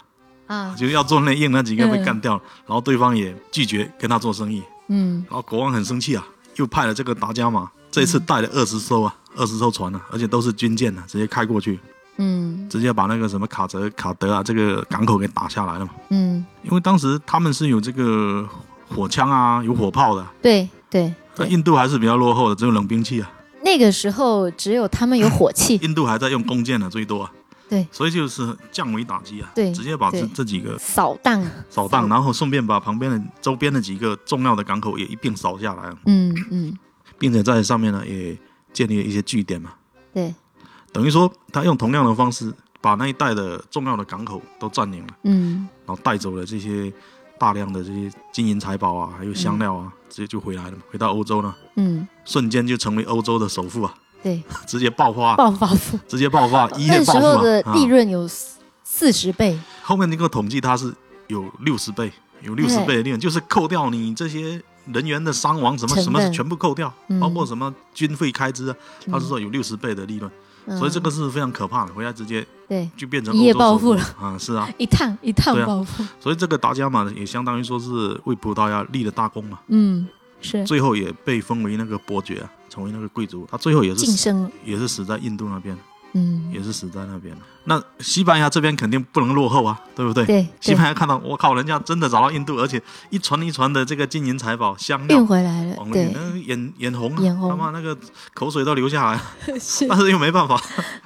啊，
就是要做内应那几个被
嗯
干掉了，然后对方也拒绝跟他做生意，
嗯
然后国王很生气啊，又派了这个达伽马，这一次带了二十艘啊，二十艘船啊，而且都是军舰啊，直接开过去，
嗯
直接把那个什么卡泽卡德啊这个港口给打下来了嘛。
嗯，
因为当时他们是有这个火枪啊，有火炮的，
对对
那
对，
印度还是比较落后的，只有冷兵器啊。
那个时候只有他们有火气，
嗯印度还在用弓箭的、最多啊，
对，
所以就是降维打击啊，
对
直接把这
对
这几个
扫荡，
扫荡，然后顺便把旁边的周边的几个重要的港口也一并扫下来了，啊
嗯嗯，
并且在上面呢也建立了一些据点嘛，
对，
等于说他用同样的方式把那一带的重要的港口都占领了。
嗯
然后带走了这些大量的这些金银财宝啊，还有香料啊，直接就回来了嘛，回到欧洲呢，
嗯，
瞬间就成为欧洲的首富啊，
对，
直接爆发，
暴发户，
直接爆 发，一夜
那时
暴富
候
啊！
的利
啊、
润有四十倍，
后面那个统计它是有六十倍，有六十
对
倍的利润，就是扣掉你这些人员的伤亡什么
成
什么
本
全部扣掉，
嗯
包括什么军费开支啊，他是说有六十倍的利润，
嗯
所以这个是非常可怕的，回来直接
对
就变成
一
欧
夜
洲
暴
首
富了
啊，是啊，
一趟一趟
对啊
暴富，
所以这个达伽马也相当于说是为葡萄牙立了大功嘛。
嗯，是
最后也被封为那个伯爵、啊，成为那个贵族。他最后也
晋
是
升了，
也是死在印度那边，
嗯，
也是死在那边。那西班牙这边肯定不能落后啊，对不对？
对
西
对，
班牙看到我靠，人家真的找到印度，而且一船一船的这个金银财宝、香料
运。回来了
往，那
对
里，嗯眼眼红啊，
眼红
他妈那个口水都流下 来，
是
但是啊又没办法，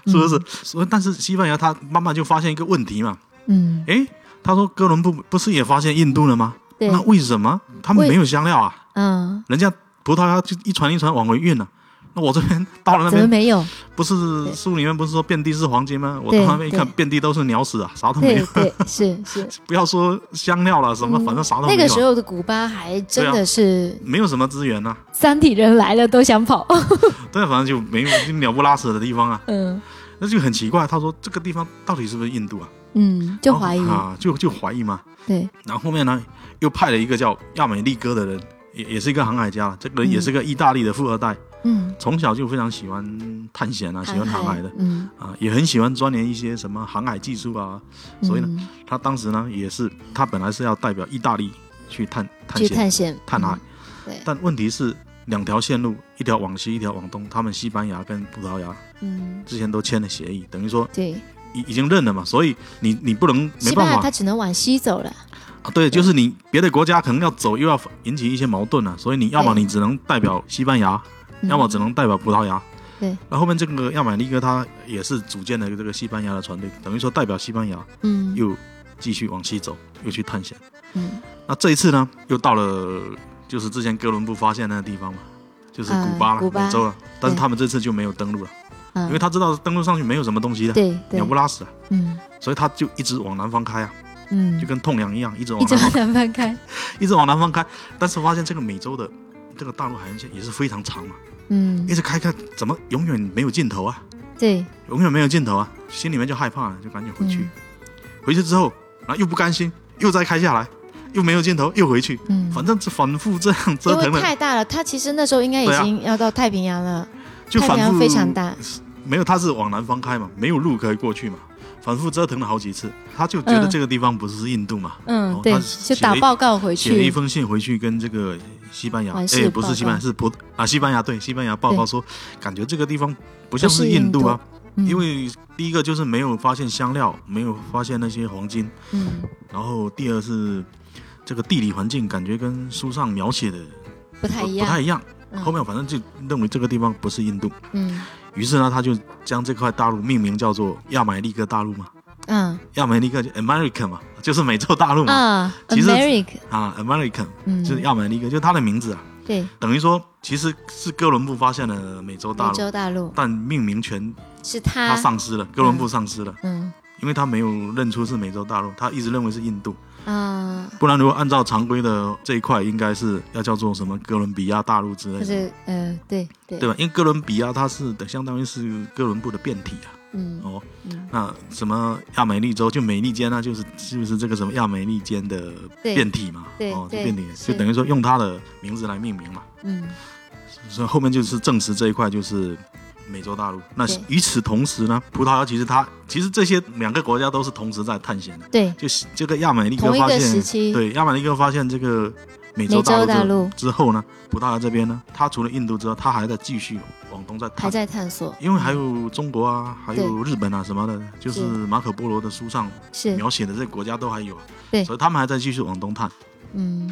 嗯
是不是？所以，但是西班牙他慢慢就发现一个问题嘛，
嗯，
诶，他说哥伦布不是也发现印度了吗？
对，
那为什么他们
为
没有香料啊？
嗯，
人家葡萄牙就一船一船往回运了、那我这边到了那
怎么
边，
没 有？
不是书里面不是说遍地是黄金吗？我
对
到那边一看，
对
遍地都是鸟屎啊，啥都没
对
有。
对，是是，嗯
不要说香料了，什么、 反正啥都没
那
有。啊
个时候的古巴还真的是
没有什么资源呐、啊
三体人来了都想跑，
对，反正就没有就鸟不拉屎的地方啊，
嗯
那就很奇怪。他说这个地方到底是不是印度啊？
嗯，就怀疑
然，后啊，就就怀疑嘛。
对，
然后后面呢，又派了一个叫亚美利哥的人，也也是一个航海家了，这个人也
嗯
是个意大利的富二代，
嗯，
从小就非常喜欢探险啊，喜欢航海的。
嗯，
啊，也很喜欢钻研一些什么航海技术啊，
嗯，
所以呢，他当时呢也是，他本来是要代表意大利去探探
去
险
探险，
探海，
对，
但问题是两条线路，一条往西，一条往东，他们西班牙跟葡萄牙
嗯，
之前都签了协议，等于说
对，
已已经认了嘛，所以你你不能没
西
办
班牙
法
它只能往西走了，
啊，对，就是你别的国家可能要走，又要引起一些矛盾了、啊所以你要么
对
你只能代表西班牙，
嗯
要么只能代表葡萄牙。
对
那后面这个亚美利哥他也是组建了这个西班牙的船队，等于说代表西班牙
嗯
又继续往西走，又去探险。
嗯，
那这一次呢，又到了就是之前哥伦布发现那个地方嘛，就是古巴了，
啊古巴
美洲了。但是
对
他们这次就没有登陆了，
嗯
因为他知道登陆上去没有什么东西的，
对对
鸟，不拉屎啊，
嗯
所以他就一直往南方开啊，
嗯
就，跟痛痒一样，一直往
一直
南
往
方，
南方开，
一直往南方开。但是发现这个美洲的这个大陆海岸线也是非常长嘛，
嗯
一，直开开，怎么永远没有尽头啊？
对，
永远没有尽头啊，心里面就害怕了，就赶紧回去。
嗯
回去之后，然后又不甘心，又再开下来，又没有尽头，又回去，
嗯，
反正是反复这样折
因
腾
为
了，
太大了，它其实那时候应该
对啊
已经要到太平洋了，
就
太
反
平洋
复
非常大，
没有，他是往南方开嘛，没有路可以过去嘛，反复折腾了好几次，他就觉得
嗯
这个地方不是印度嘛，
嗯
哦，
对
他，
就
写了
打
一
报告回
写了一
去，
封信回去跟这个西班牙，
还是
哎，不
报
是
告
西班牙，是葡啊西班牙对西班牙报告
对
说，感觉这个地方不像
不是
是印度啊，
嗯
因为第一个就是没有发现香料，没有发现那些黄金，
嗯，
然后第二是这个地理环境感觉跟书上描写的
不太
不
一
不太
样，
一样。
嗯
后面反正就认为这个地方不是印度，
嗯
于是呢，他就将这块大陆命名叫做亚美利哥大陆嘛，
嗯
亚美利哥就 America 嘛，就是美洲大陆嘛，
啊
其实
，America，
啊 American
嗯，
就是亚美利哥，就是它的名字啊。
对，
等于说，其实是哥伦布发现了美洲大
美
陆，
洲大陆
但命名权
是
他
他，
丧失了，哥伦布丧失了，
嗯
因为他没有认出是美洲大陆，他一直认为是印度。
啊，
不然，如果按照常规的这一块，应该是要叫做什么哥伦比亚大陆之类
或
的，
者呃，对对
对吧？因为哥伦比亚它是等相当于是哥伦布的变体啊。
嗯
哦，
嗯，
那什么亚美利洲就美利坚啊，就是就是这个什么亚美利坚的
对
变体嘛，
对
哦，就
对
变体
是
就等于说用它的名字来命名嘛。
嗯
所以后面就是证实这一块就是美洲大陆。那
对
与此同时呢，葡萄牙其实它其实这些两个国家都是同时在探险的，
对，
就是这个亚美利哥
同一
发
个时
现，
期，
对亚美利哥发现这个美洲
嗯
大
美洲
陆
大
之
陆
之后呢，葡萄牙这边呢，它除了印度之外，它还在继续往东在
还
探。
在探索，
因为还有中国啊，还有日本啊什么的，就是
是
马可波罗的书上
是
描写的这个国家都还有啊，
对
所以他们还在继续往东探。
嗯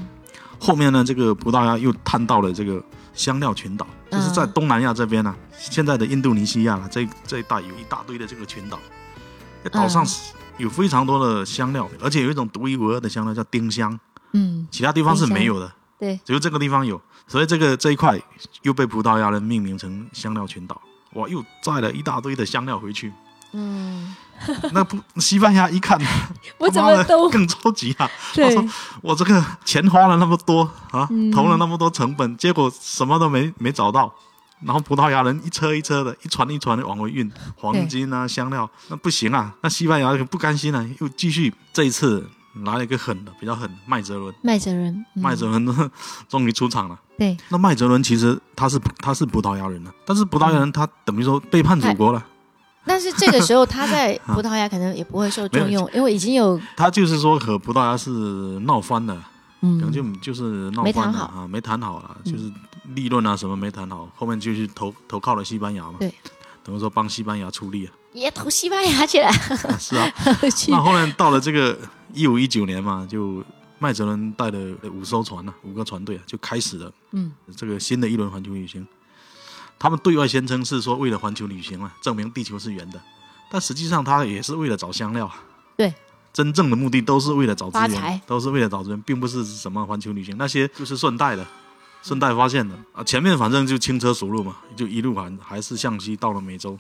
后面呢，这个葡萄牙又探到了这个香料群岛，
嗯
就是在啊东南亚这边呢、现在的印度尼西亚啦，这这一带有一大堆的这个群岛。岛上
嗯
有非常多的香料，而且有一种独一无二的香料叫丁香，
嗯，
其他地方是
丁香
没有的，
对，
只有这个地方有。所以这个这一块又被葡萄牙人命名成香料群岛。哇，又载了一大堆的香料回 去。
嗯，
那不，西班牙一看，
我怎
他妈
么
的
都
更着急啊！
对，
我这个钱花了那么多啊
嗯，
投了那么多成本，结果什么都没没找到。然后葡萄牙人一车一车的，一船一船的往回运黄金啊、香料，那不行啊！那西班牙人不甘心啊，又继续这一次来了一个狠的，比较狠，麦哲伦。
麦哲伦，嗯
麦哲伦终于出场了。
对，
那麦哲伦其实他是他是葡萄牙人啊，但是葡萄
嗯
牙人他等于说背
哎
叛祖国了。
但是这个时候 他在葡萄牙可能也不会受重
啊没
用，因为已经有
他就是说和葡萄牙是闹翻了，可能
嗯
就就是闹
没
翻
谈
了
好
啊，没谈好了，
嗯
就是利润啊什么没谈好，后面就去投投靠了西班牙嘛。
对，
等于说帮西班牙出 力啊。
也投西班牙去了，
是啊，
去
那后面到了这个一五一九年嘛，就麦哲伦带了五艘船啊，五个船队啊，就开始了
嗯
这个新的一轮环球旅行。他们对外宣称是说为了环球旅行啊，证明地球是圆的，但实际上他也是为了找香料啊。
对，
真正的目的都是为了找资
发财
源，都是为了找资源，并不是什么环球旅行，那些就是顺带的，顺带发现的啊。前面反正就轻车熟路嘛，就一路还还是向西到了美洲，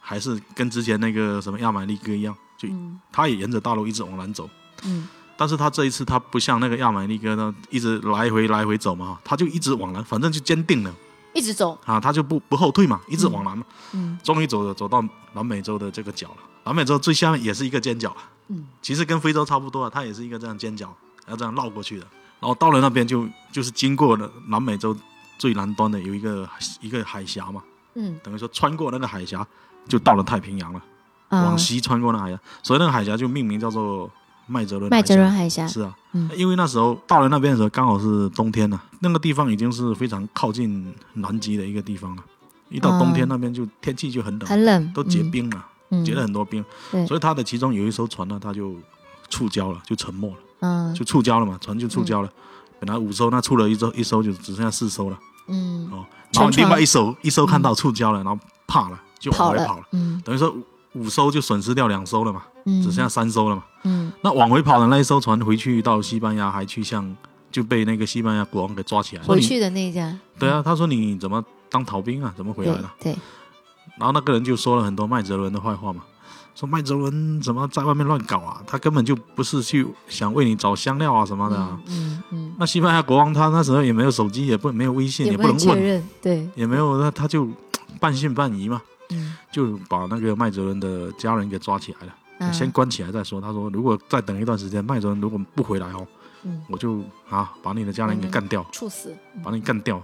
还是跟之前那个什么亚买力哥一样，就
嗯
他也沿着大陆一直往南走。
嗯
但是他这一次他不像那个亚买力哥呢，一直来回来回走嘛，他就一直往南，反正就坚定了
一直走，
啊，他就不不后退嘛，一直往南嘛，
嗯
终于走走到南美洲的这个角了。南美洲最下面也是一个尖角，
嗯，
其实跟非洲差不多啊，它也是一个这样尖角，要这样绕过去的。然后到了那边就就是经过了南美洲最南端的有一个一个海峡嘛，
嗯
等于说穿过那个海峡就到了太平洋了，
啊
往，西穿过那海峡，所以那个海峡就命名叫做麦哲伦海峡
嗯麦哲伦海峡，
是啊，
嗯
因为那时候到了那边的时候刚好是冬天了、那个地方已经是非常靠近南极的一个地方了。一到冬天
嗯
那边就天气就很冷，
很冷，
都结冰了，
嗯，
结了
嗯
很多冰，
对
所以他的其中有一艘船呢，它就触礁了，就沉没了，
嗯
就触礁了嘛，船就触礁了。本来五艘，那触了一艘，一艘就只剩下四艘了。
嗯
哦，然后
沉船嗯
另外一艘，一艘看到触礁了，然后怕了，就往
跑
回
了，
跑了。
嗯
等于说五五艘就损失掉两艘了嘛，
嗯，
只剩下三艘了嘛。
嗯
那往回跑的那一艘船回去到西班牙，还去向就被那个西班牙国王给抓起来。说
回
你
去的那一家
对啊，他说你怎么当逃兵啊？怎么回来
对
了？
对，
然后那个人就说了很多麦哲伦的坏话嘛，说麦哲伦怎么在外面乱搞啊？他根本就不是去想为你找香料啊什么的啊、
嗯嗯，
那西班牙国王他那时候也没有手机，也不没有微信，
嗯
也
也
不能
确
问，
认，对，
也没有那他就半信半疑嘛，
嗯
就把那个麦哲伦的家人给抓起来了。
啊
先关起来再说。他说，如果再等一段时间，麦哲伦如果不回来哦，
嗯
我就啊把你的家人给干掉，
猝死，嗯
把你干掉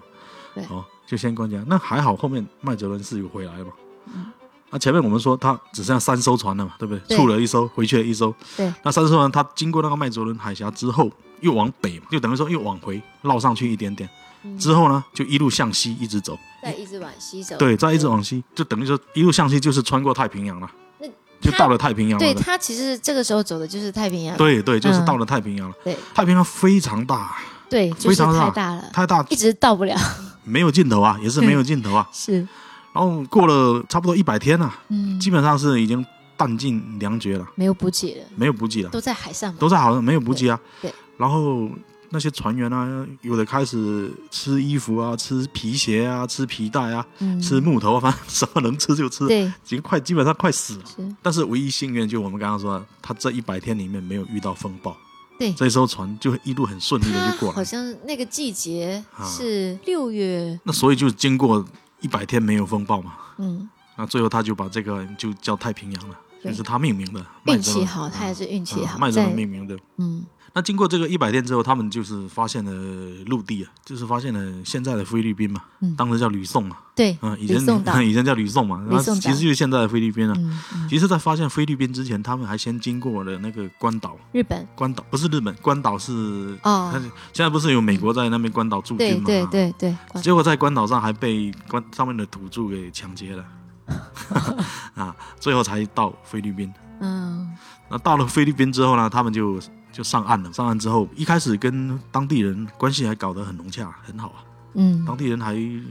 对。
哦，就先关起来。那还好，后面麦哲伦是有回来嘛。
嗯
那、前面我们说他只剩下三艘船了嘛，对不
对
对？出了一艘，回去了一艘。
对。
那三艘船，他经过那个麦哲伦海峡之后，又往北嘛，就等于说又往回绕上去一点点。
嗯
之后呢，就一路向西一直走。
再一直往西走，
对，再一直往西，就等于说一路向西就是穿过太平洋了
那，
就
他
到了太平洋了
对
的。
他其实这个时候走的就是太平洋，
对对，就是
嗯
到了太平洋了。
对
太平洋非常大，
对，就是
非常大
太大了，
太大
一直到不了，
没有尽头啊，也是没有尽头啊。
是，
然后过了差不多一百天啊，
嗯，
基本上是已经弹尽粮绝了，
没有补给了，
没有补给了，
都在海上嘛，
都在好像没有补给啊。
对对
然后那些船员啊，有的开始吃衣服啊，吃皮鞋啊，吃皮带啊，
嗯，
吃木头啊，反正什么能吃就吃，已
对，
经快基本上快死了。
是，
但是唯一幸运就我们刚刚说的，他这一百天里面没有遇到风暴，
对
这艘船就一路很顺利的
他
就过来
好
了。
像那个季节
啊
是六月，
那所以就经过一百天没有风暴嘛，
嗯，
那最后他就把这个就叫太平洋了，
对
就是他命名的。麦
运
哲
气
伦
好，他也是运气
啊
好，
麦哲
在
伦命名的。
嗯
那经过这个一百天之后，他们就是发现了陆地啊，就是发现了现在的菲律宾嘛，
嗯
当时叫吕宋嘛，
对
嗯，以
吕宋岛
前 以前叫吕宋嘛，
吕
然
宋
后
岛
其实就是现在的菲律宾啊。
嗯嗯，
其实，在发现菲律宾之前，他们还先经过了那个关岛，
日本
关岛不是日本，关岛是，
哦
它是现在不是有美国在那边关岛驻
对
军嘛？啊
对对对，关
结果在关岛上还被关上面的土著给抢劫了， 啊，最后才到菲律宾。
嗯
那到了菲律宾之后呢，他们就就上岸了。上岸之后，一开始跟当地人关系还搞得很融洽，很好啊。
嗯
当地人还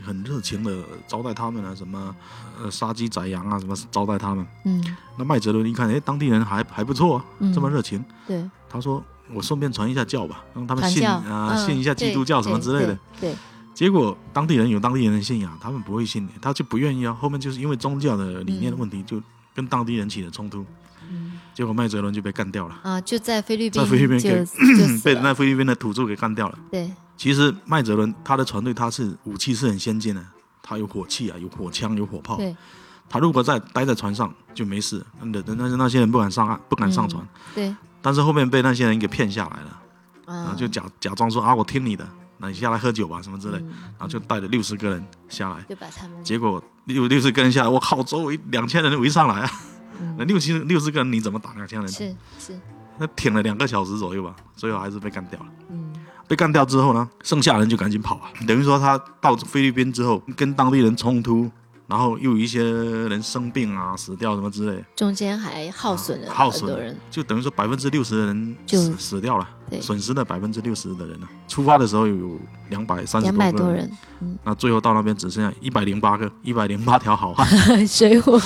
很热情的招待他们啊，什么呃杀鸡宰羊啊，什么招待他们。
嗯
那麦哲伦一看，哎，当地人还还不错啊，
嗯，
这么热情，
对，
他说我顺便传一下教吧，让他们
传
信
教
啊、
嗯
信一下基督教什么之类的。，
对对对
结果当地人有当地人的信仰，他们不会信的，他就不愿意啊。后面就是因为宗教的理念的问题，就跟当地人起了冲突，
对，嗯
结果麦哲伦就被干掉了，
啊，就在菲律宾，
在菲律宾
就
给
就
嗯
死
被
了
那菲律宾的土著给干掉了。
对，
其实麦哲伦他的船队他是武器是很先进的，他有火器啊，有火枪，有火炮。
对
他如果在待在船上就没事，那那那那些人不敢上
嗯
岸，不敢上船。
对
但是后面被那些人给骗下来了，然
啊
后就假假装说啊我听你的，那你下来喝酒吧什么之类，
嗯
然后就带了六十个人下来。
就把他们
结果六六十个人下来，我靠，周围两千人围上来啊！那
嗯
六七六十个人你怎么打两千人？
是是
那挺了两个小时左右吧，最后还是被干掉了。
嗯
被干掉之后呢，剩下人就赶紧跑啊。等于说他到菲律宾之后，跟当地人冲突，然后又有一些人生病啊、死掉什么之类，
中间还耗损了
啊耗
很
损
多人，
就等于说百分之六十的人
就
死死掉了，
对，
损失了百分之六十的人了。出发的时候有两百三十
两百
个
多，人，
那最后到那边只剩下一百零八个，一百零八条好汉，
水火，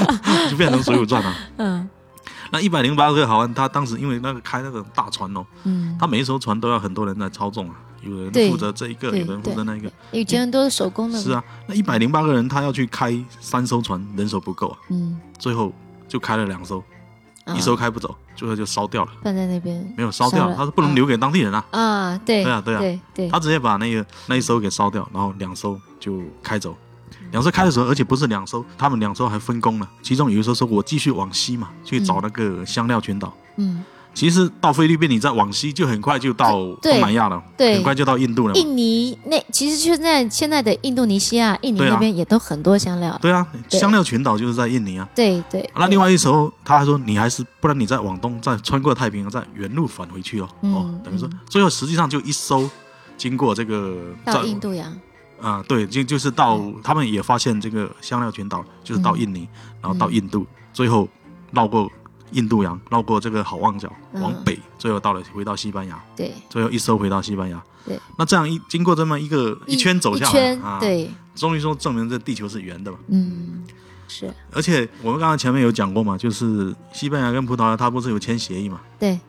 就变成《水浒传》了。
嗯
那一百零八个好汉，他当时因为那个开那个大船哦，
嗯，
他每一艘船都要很多人来操纵啊，有人
对
负责这一个，
对
有人负责那一个。
以前都是手工的，
是，啊，那一百零八个人，他要去开三艘船，人手不够啊，
嗯，
最后就开了两艘，
啊
一艘开不走，最后就烧掉了，
放在那边
没有烧掉
烧了嗯
了，他说不能留给当地人啊，
啊，对
对啊对啊
对对，
他直接把那个那一艘给烧掉，然后两艘就开走。
嗯
两艘开的时候，而且不是两艘，他们两艘还分工了。其中有一艘说：“我继续往西嘛，去找那个香料群岛。
嗯，
其实到菲律宾，你再往西就很快就到
对
东南亚了，
对
很快就到印度了嘛。
印尼那其实现在现在的印度尼西亚、印尼
对啊
那边也都很多香料，
对啊，
对
香料群岛就是在印尼啊。
对对，
那
对
另外一时候，他还说你还是不然你再往东，再穿过太平洋，再原路返回去哦。
嗯
哦，等于说
嗯
最后实际上就一艘经过这个
到印度洋，
啊、对，就就是到
嗯
他们也发现这个香料群岛，就是到
嗯
印尼，然后到印度，最后绕过印度洋，绕过这个好望角，往
嗯
北，最后到了回到西班牙。
对，
最后一收回到西班牙。
对，
那这样一经过这么一个一圈走下
一
来，
圈
啊，，
对，
终于说证明这地球是圆的嘛。
嗯，是
而且我们刚刚前面有讲过嘛，就是西班牙跟葡萄牙它不是有签协议嘛，
对，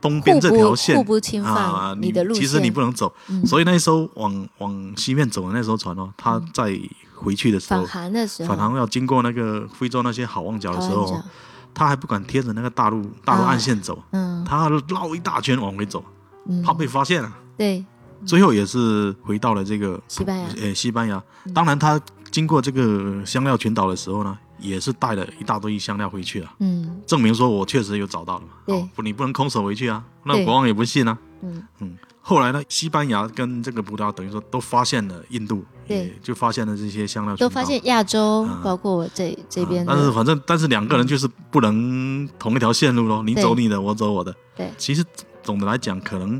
东
互
边这条
不
线
互不侵
啊，
犯你的路线，
其实你不能走，
嗯
所以那一艘往往西面走的那艘船哦，它在回去的时
嗯返
候。
航的时候，
返航要经过那个非洲那些好望角
台
的
湾
时候
角
哦，它还不敢贴着那个大陆大陆
啊
岸线走，
嗯
它绕一大圈往回走，
嗯，
怕被发现啊。
对
最后也是回到了这个
西班牙，
呃，西班牙。当然，他经过这个香料群岛的时候呢，也是带了一大堆香料回去啊，
嗯
证明说我确实有找到了嘛。
对
哦，不，你不能空手回去啊，那
对
国王也不信啊。
嗯
后来呢，西班牙跟这个葡萄牙等于说都发现了印度，
对
也就发现了这些香料群岛。
都发现亚洲
啊，
包括我这这边
啊但是
的，
反正，但是两个人就是不能同一条线路咯，你
对
走你的，我走我的。
嗯对
其实总的来讲，可能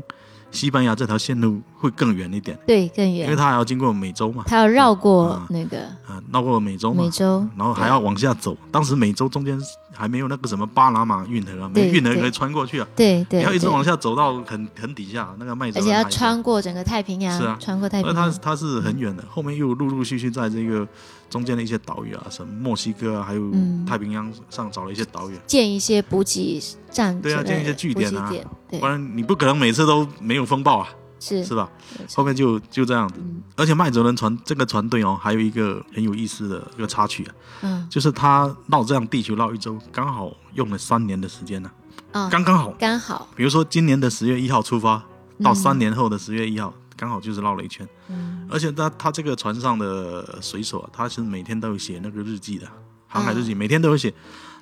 西班牙这条线路会更远一点，
对更
因为
远，
它还要经过美洲嘛，
他要绕过
啊
那个
啊，绕过美洲嘛
美，洲，
然后还要往下走。当时美洲中间还没有那个什么巴拿马运河啊，没
对
运河
对
可以穿过去啊，
对对，
你要一直
对
往下走到很很底下那个麦哲
而
伦
且要
海峡。
穿过整个太平洋，
是啊
穿过太
那
平
它
洋，
它是很远的，后面又陆陆续续在这个中间的一些岛屿啊，什么墨西哥啊，还有
嗯
太平洋上找了一些岛屿，啊
建一些补给站之
对
类
啊
的，
建一些据
补
点
给
啊
点，对
不，然你不可能每次都没有风暴啊，
是
是吧？
没错
后面就就这样子
嗯。
而且麦哲伦船这个船队哦，还有一个很有意思的一个插曲啊，
嗯
就是他绕这样地球绕一周，刚好用了三年的时间呢、
啊，
刚刚好。
刚好
比如说今年的十月一号出发，到
嗯
三年后的十月一号，刚好就是绕了一圈。
嗯
而且他他这个船上的水手啊，他是每天都有写那个日记的，航海日记、每天都有写。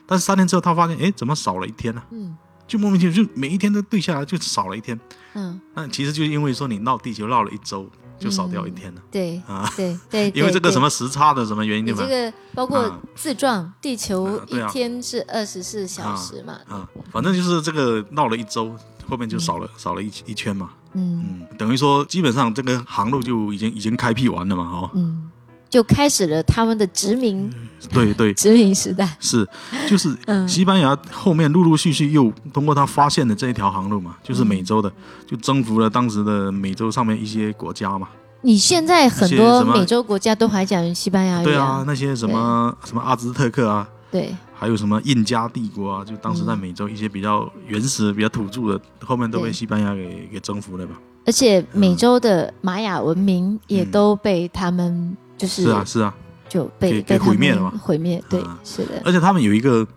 但是三天之后，他发现哎，怎么少了一天呢、
嗯
就莫名其妙，就每一天都对下来就少了一天。
嗯，
那其实就因为说你绕地球绕了一周，就少掉一天了、
对
啊。
对对，
因为
对
这个
对
什么时差的什么原因
你
对吧
这？个包括
啊
自撞，地球
啊
一
对啊
天是二十四小时嘛，
啊，反正就是这个绕了一周，后面就少了、少了一一圈嘛。
嗯
嗯，等于说基本上这个航路就已经已经开辟完了嘛，哦，
嗯，就开始了他们的殖民
嗯对对
殖民时代，
是，就是
嗯
西班牙后面陆陆续续又通过他发
嗯
现的这一条航路嘛，就是美洲的，就征服了当时的美洲上面一些国家嘛，
你现在很
一
多
些什么
美洲国家都还讲西班牙语
对啊，，那些什么什么阿兹特克啊，
对
还有什么印加帝国啊，就当时在
嗯
美洲一些比较原始、比较土著的，后面都被
对
西班牙给给征服了吧？
而且
嗯
美洲的玛雅文明也都被他们就是
是啊，是啊，
就被
给
被
给毁灭了嘛
他们毁灭，对
啊，
是的，
而且他们有一个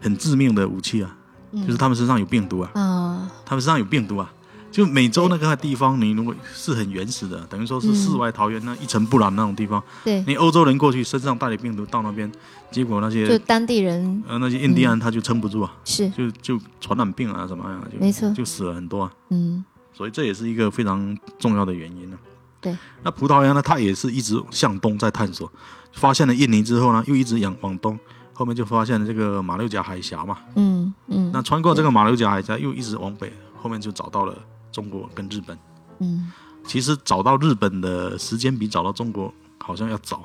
很致命的武器啊，
嗯
就是他们身上有病毒啊，
啊，
他们身上有病毒啊。就美洲那个地方，你如果是很原始的，等于说是
嗯
世外桃源，那一尘不染那种地方，
对，
你欧洲人过去身上带着病毒到那边，结果那
就嗯
些
当地人
呃那些印第安他就撑不住啊，
是
就就传染病啊什么呀、
没错
就，就死了很多啊。
嗯，
所以这也是一个非常重要的原因呢、啊
对，
那葡萄牙呢，它也是一直向东在探索，发现了印尼之后呢，又一直往往东，后面就发现了这个马六甲海峡嘛。
嗯嗯
那穿过这个马六甲海峡，又一直往北，后面就找到了中国跟日本。
嗯，
其实找到日本的时间比找到中国好像要早，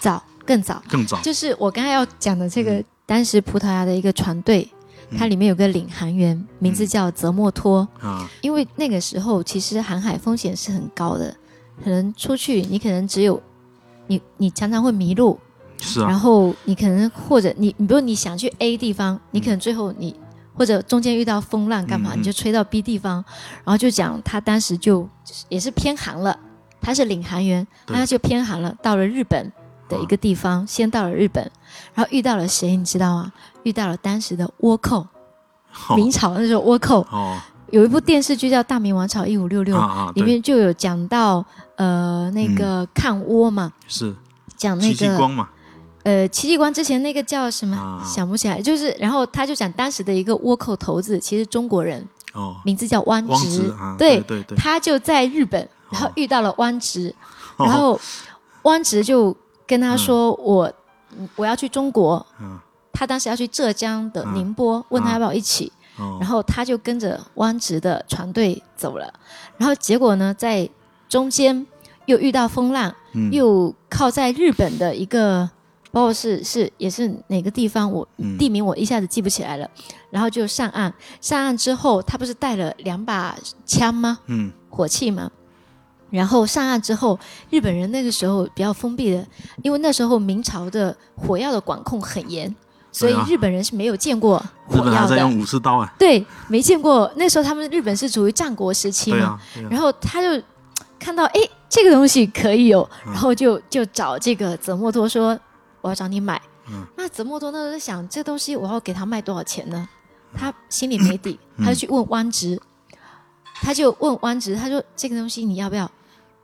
早更早，
更早。
就是我刚才要讲的这个，当时葡萄牙的一个船队，它
嗯
里面有个领航员，名字叫泽莫托，
啊，
因为那个时候其实航海风险是很高的，可能出去你可能只有你你常常会迷路，
是啊
然，后你可能或者你你比如你想去 A 地方，你可能最后你或者中间遇到风浪干嘛，
嗯嗯
你就吹到 B 地方，然后就讲他当时就也是偏航了，他是领航员，
对啊
那他就偏航了，到了日本的一个地方，先到了日本，然后遇到了谁你知道吗？遇到了当时的倭寇，明
哦
朝那时候倭寇，
哦
有一部电视剧叫《大明王朝一五六六
啊》，啊，
里
对，嗯
面就有讲到呃那个抗倭嘛，
是
讲那
戚继
个
光嘛，
呃戚继光之前那个叫什么、
啊
想不起来，就是然后他就讲当时的一个倭寇头子其实中国人，
哦，
名字叫汪
汪
直，
直啊，
对
对对，
他就在日本，然后遇到了汪直，
哦
然后汪直就跟他说、我我要去中国，
嗯
他当时要去浙江的
嗯
宁波，问他
嗯
要不要一起。
哦，
然后他就跟着汪直的船队走了，然后结果呢，在中间又遇到风浪，
嗯
又靠在日本的一个，包括是是也是哪个地方，我
嗯
地名我一下子记不起来了，然后就上岸，上岸之后他不是带了两把枪吗？
嗯
火器嘛。然后上岸之后，日本人那个时候比较封闭的，因为那时候明朝的火药的管控很严，所以
对啊
日本人是没有见过
日
火
本还
药
在
的。
用武士刀啊，
对，没见过。那时候他们日本是处于战国时期
对
嘛，
啊，对啊
然后他就看到哎这个东西可以有，
嗯
然后就就找这个泽莫多说我要找你买。
嗯
那泽莫多那时候在想这东西我要给他卖多少钱呢？
嗯
他心里没底，他就去问汪直，他就问汪直，他说这个东西你要不要？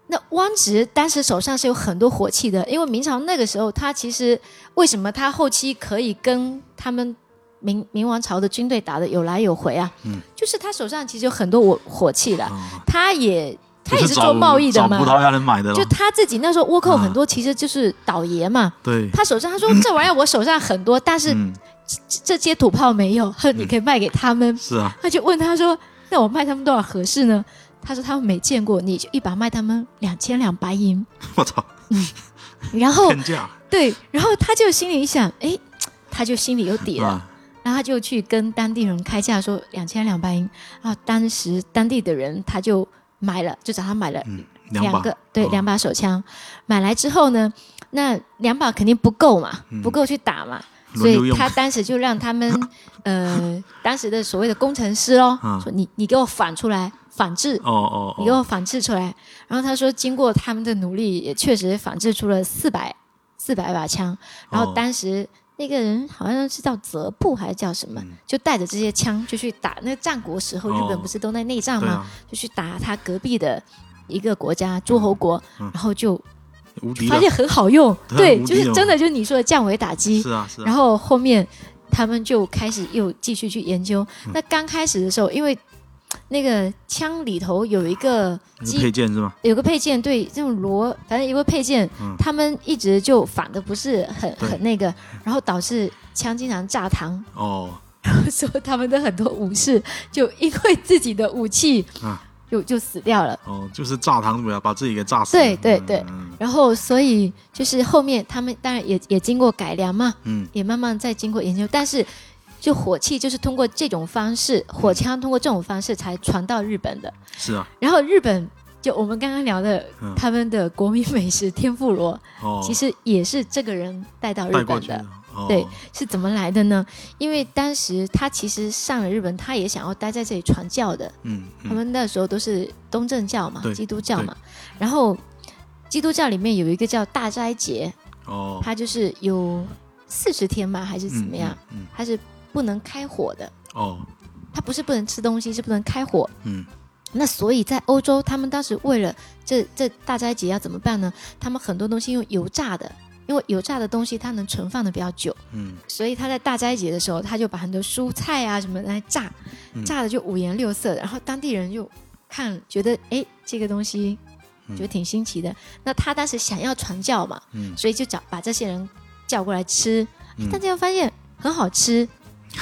那汪直当时手上是有很多火器的，因为明朝那个时候，他其实为什么他后期可以跟他们明明王朝的军队打得有来有回啊？
嗯
就是他手上其实有很多火火器的，
哦
他也他也
就是找
做贸易的
找葡萄
嘛，
牙人买的咯，
就他自己那时候倭寇
啊
很多，其实就是倒爷嘛。
对，
他手上他说这玩意儿我手上很多，但是
嗯，
这这些土炮没有，哼， 你可以卖给他们。
是啊，
他就问他说，那我卖他们多少合适呢？他说他们没见过，你就一把卖他们两千两白银。
我操，
然 后
天价
对，然后他就心里一想，哎，他就心里有底了。
啊，
然后他就去跟当地人开价说两千两百银，然后当时当地的人他就买了，就找他买了
嗯，两
两
把，
个，对，
哦
两把手枪。买来之后呢，那两把肯定不够嘛，
嗯
不够去打嘛，所
轮流
以
用
他当时就让他们呃， 当时的所谓的工程师咯，
啊
说你你给我反出来，反制。
哦哦
你给
哦，
我反制出来。然后他说，经过他们的努力，也确实反制出了四百四百把枪。然后
哦
当时那个人好像是叫泽布还是叫什么，
嗯
就带着这些枪就去打。那战国时候，
哦
日本不是都在内战
对
吗？
啊，
就去打他隔壁的一个国家诸侯国，
嗯
然后就
无敌
发
了，
现很好用，
对啊
对，
无敌
就
了
是真的就是你说的降维打击。
是啊是啊，
然后后面他们就开始又继续去研究。
嗯
那刚开始的时候，因为那个枪里头有一个
那个
机
配件是吧？
有个配件，对，这种螺，反正有个配件，
嗯
他们一直就反的不是很
对
很那个，然后导致枪经常炸膛，
哦，
说他们的很多武士就因为自己的武器
啊
就就死掉了。
哦，就是炸膛对吧？把自己给炸死了。
对对对
嗯
然后，所以就是后面他们当然也也经过改良嘛，
嗯，
也慢慢再经过研究，但是就火器就是通
嗯
过这种方式，火枪通过这种方式才传到日本的。
是啊，
然后日本就我们刚刚聊的
嗯
他们的国民美食天妇罗，
哦，
其实也是这个人带到
带
日
过
本
去
的。，
哦、
对是怎么来的呢？因为当时他其实上了日本，他也想要待在这里传教的。
嗯，嗯，
他们那时候都是东正教嘛，
对
基督教嘛。然后基督教里面有一个叫大斋节，
哦，
它就是有四十天嘛，还是怎么样？
嗯？嗯，嗯
它是不能开火的，
哦，
它不是不能吃东西，是不能开火。
嗯，
那所以在欧洲，他们当时为了这这大斋节要怎么办呢？他们很多东西用油炸的，因为油炸的东西它能存放的比较久。
嗯，
所以他在大斋节的时候，他就把很多蔬菜啊什么来炸
嗯，
炸的就五颜六色的。然后当地人就看，觉得哎这个东西
嗯
觉得挺新奇的。那他当时想要传教嘛，
嗯，
所以就找把这些人叫过来吃，
嗯
大家又发现很好 吃，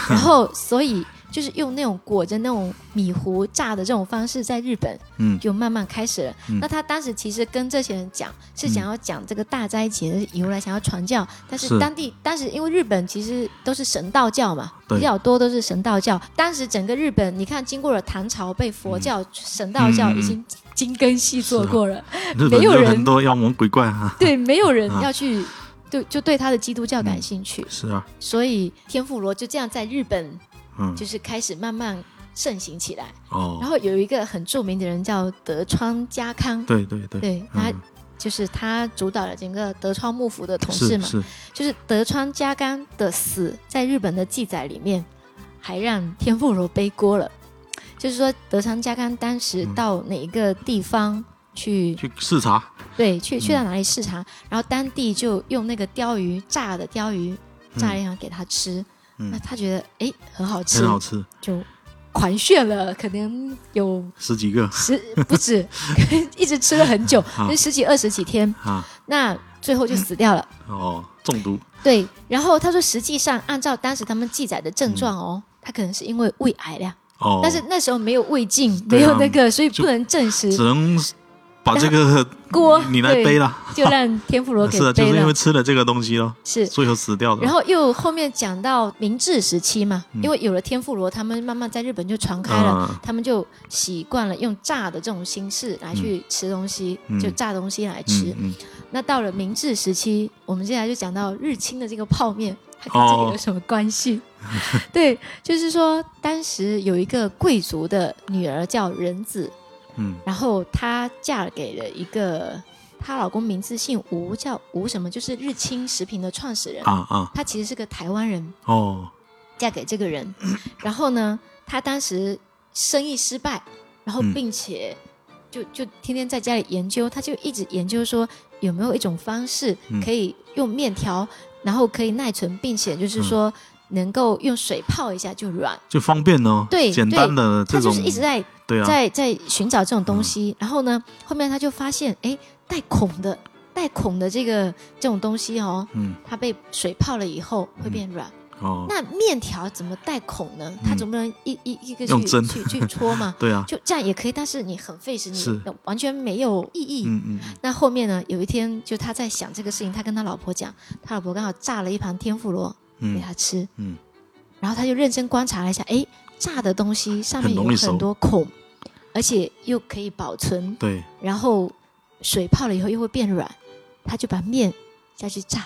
然后所以就是用那种裹着那种米糊炸的这种方式，在日本
嗯，
就慢慢开始了。
嗯
那他当时其实跟这些人讲，是想要讲这个大斋节的由来，想要传教。但
是
是当地当时因为日本其实都是神道教嘛，
对
比较多都是神道教。当时整个日本，你看经过了唐朝被佛教、神道教
嗯嗯嗯
已经精耕细作过了，
日
没
本
有
有
人
很多妖魔鬼怪啊，
对，没有人
啊
要去。对，就对他的基督教感兴趣，
是啊，
所以天妇罗就这样在日本
嗯，
就是开始慢慢盛行起来。然
哦，
后有一个很著名的人叫德川家康，
对对对，
对，他
嗯，
就是他主导了整个德川幕府的统治
是
嘛。
是，
就是德川家康的死，在日本的记载里面，还让天妇罗背锅了。就是说，德川家康当时
嗯
到哪一个地方去，
去嗯视察，
对，去去到哪里视察，然后当地就用那个鲷鱼炸的鲷鱼炸了一样给他吃，那
嗯，
他觉得诶很好吃
很，好吃，
就狂炫了，可能有
十几个
十不 止， 一直吃了很久，
啊
就十几二十几天，
啊，
那最后就死掉了。
哦，中毒，
对，然后他说，实际上按照当时他们记载的症状哦，他可能是因为胃癌了，
哦，
但是那时候没有胃镜，
对
没
啊
有那个，所以
就
不能证实
只能把这 个
锅。
你来
对
背，了，
就让天妇罗 给
是啊，就
背
是因为
了。
吃了这个东西咯，
是，
最后死掉的，
然后又后面讲到明治时期嘛，
嗯
因为有了天妇罗，他们慢慢在日本就传开了。
嗯，
他们就习惯了用炸的这种形式来去吃东西，
嗯
就炸东西来吃。
嗯嗯，
那到了明治时期，我们接下来就讲到日清的这个泡面，它跟这
哦
个有什么关系？ 对，就是说当时有一个贵族的女儿叫仁子，
嗯，
然后她嫁给了一个她老公名字姓吴，叫吴什么，就是日清食品的创始人。
啊啊，
她其实是个台湾人，
哦，
嫁给这个人，
嗯
然后呢，她当时生意失败，然后
嗯
并且就就天天在家里研究，她就一直研究说有没有一种方式
嗯
可以用面条，然后可以耐存，并且
嗯
就是说能够用水泡一下就软。
就方便哦，
对
简单的这
她就
种，
是一直在
对啊，嗯
在在寻找这种东西，然后呢，后面她就发现，哎，带孔的带孔的这个这种东西哦，
嗯，
它被水泡了以后会变软。
哦，
那面条怎么带孔呢？它
嗯
总不能一一一个
用
去
针？
去去戳嘛
对啊，
就这样也可以，但是你很费时，你
是
完全没有意义。
嗯嗯， 嗯
那后面呢？有一天，就他在想这个事情，他跟他老婆讲，他老婆刚好炸了一盘天妇罗给
嗯
他吃，
嗯，
然后他就认真观察了一下，诶，炸的东西上面
很
有
容易熟
很多孔，而且又可以保存，
对，
然后水泡了以后又会变软，他就把面下去炸，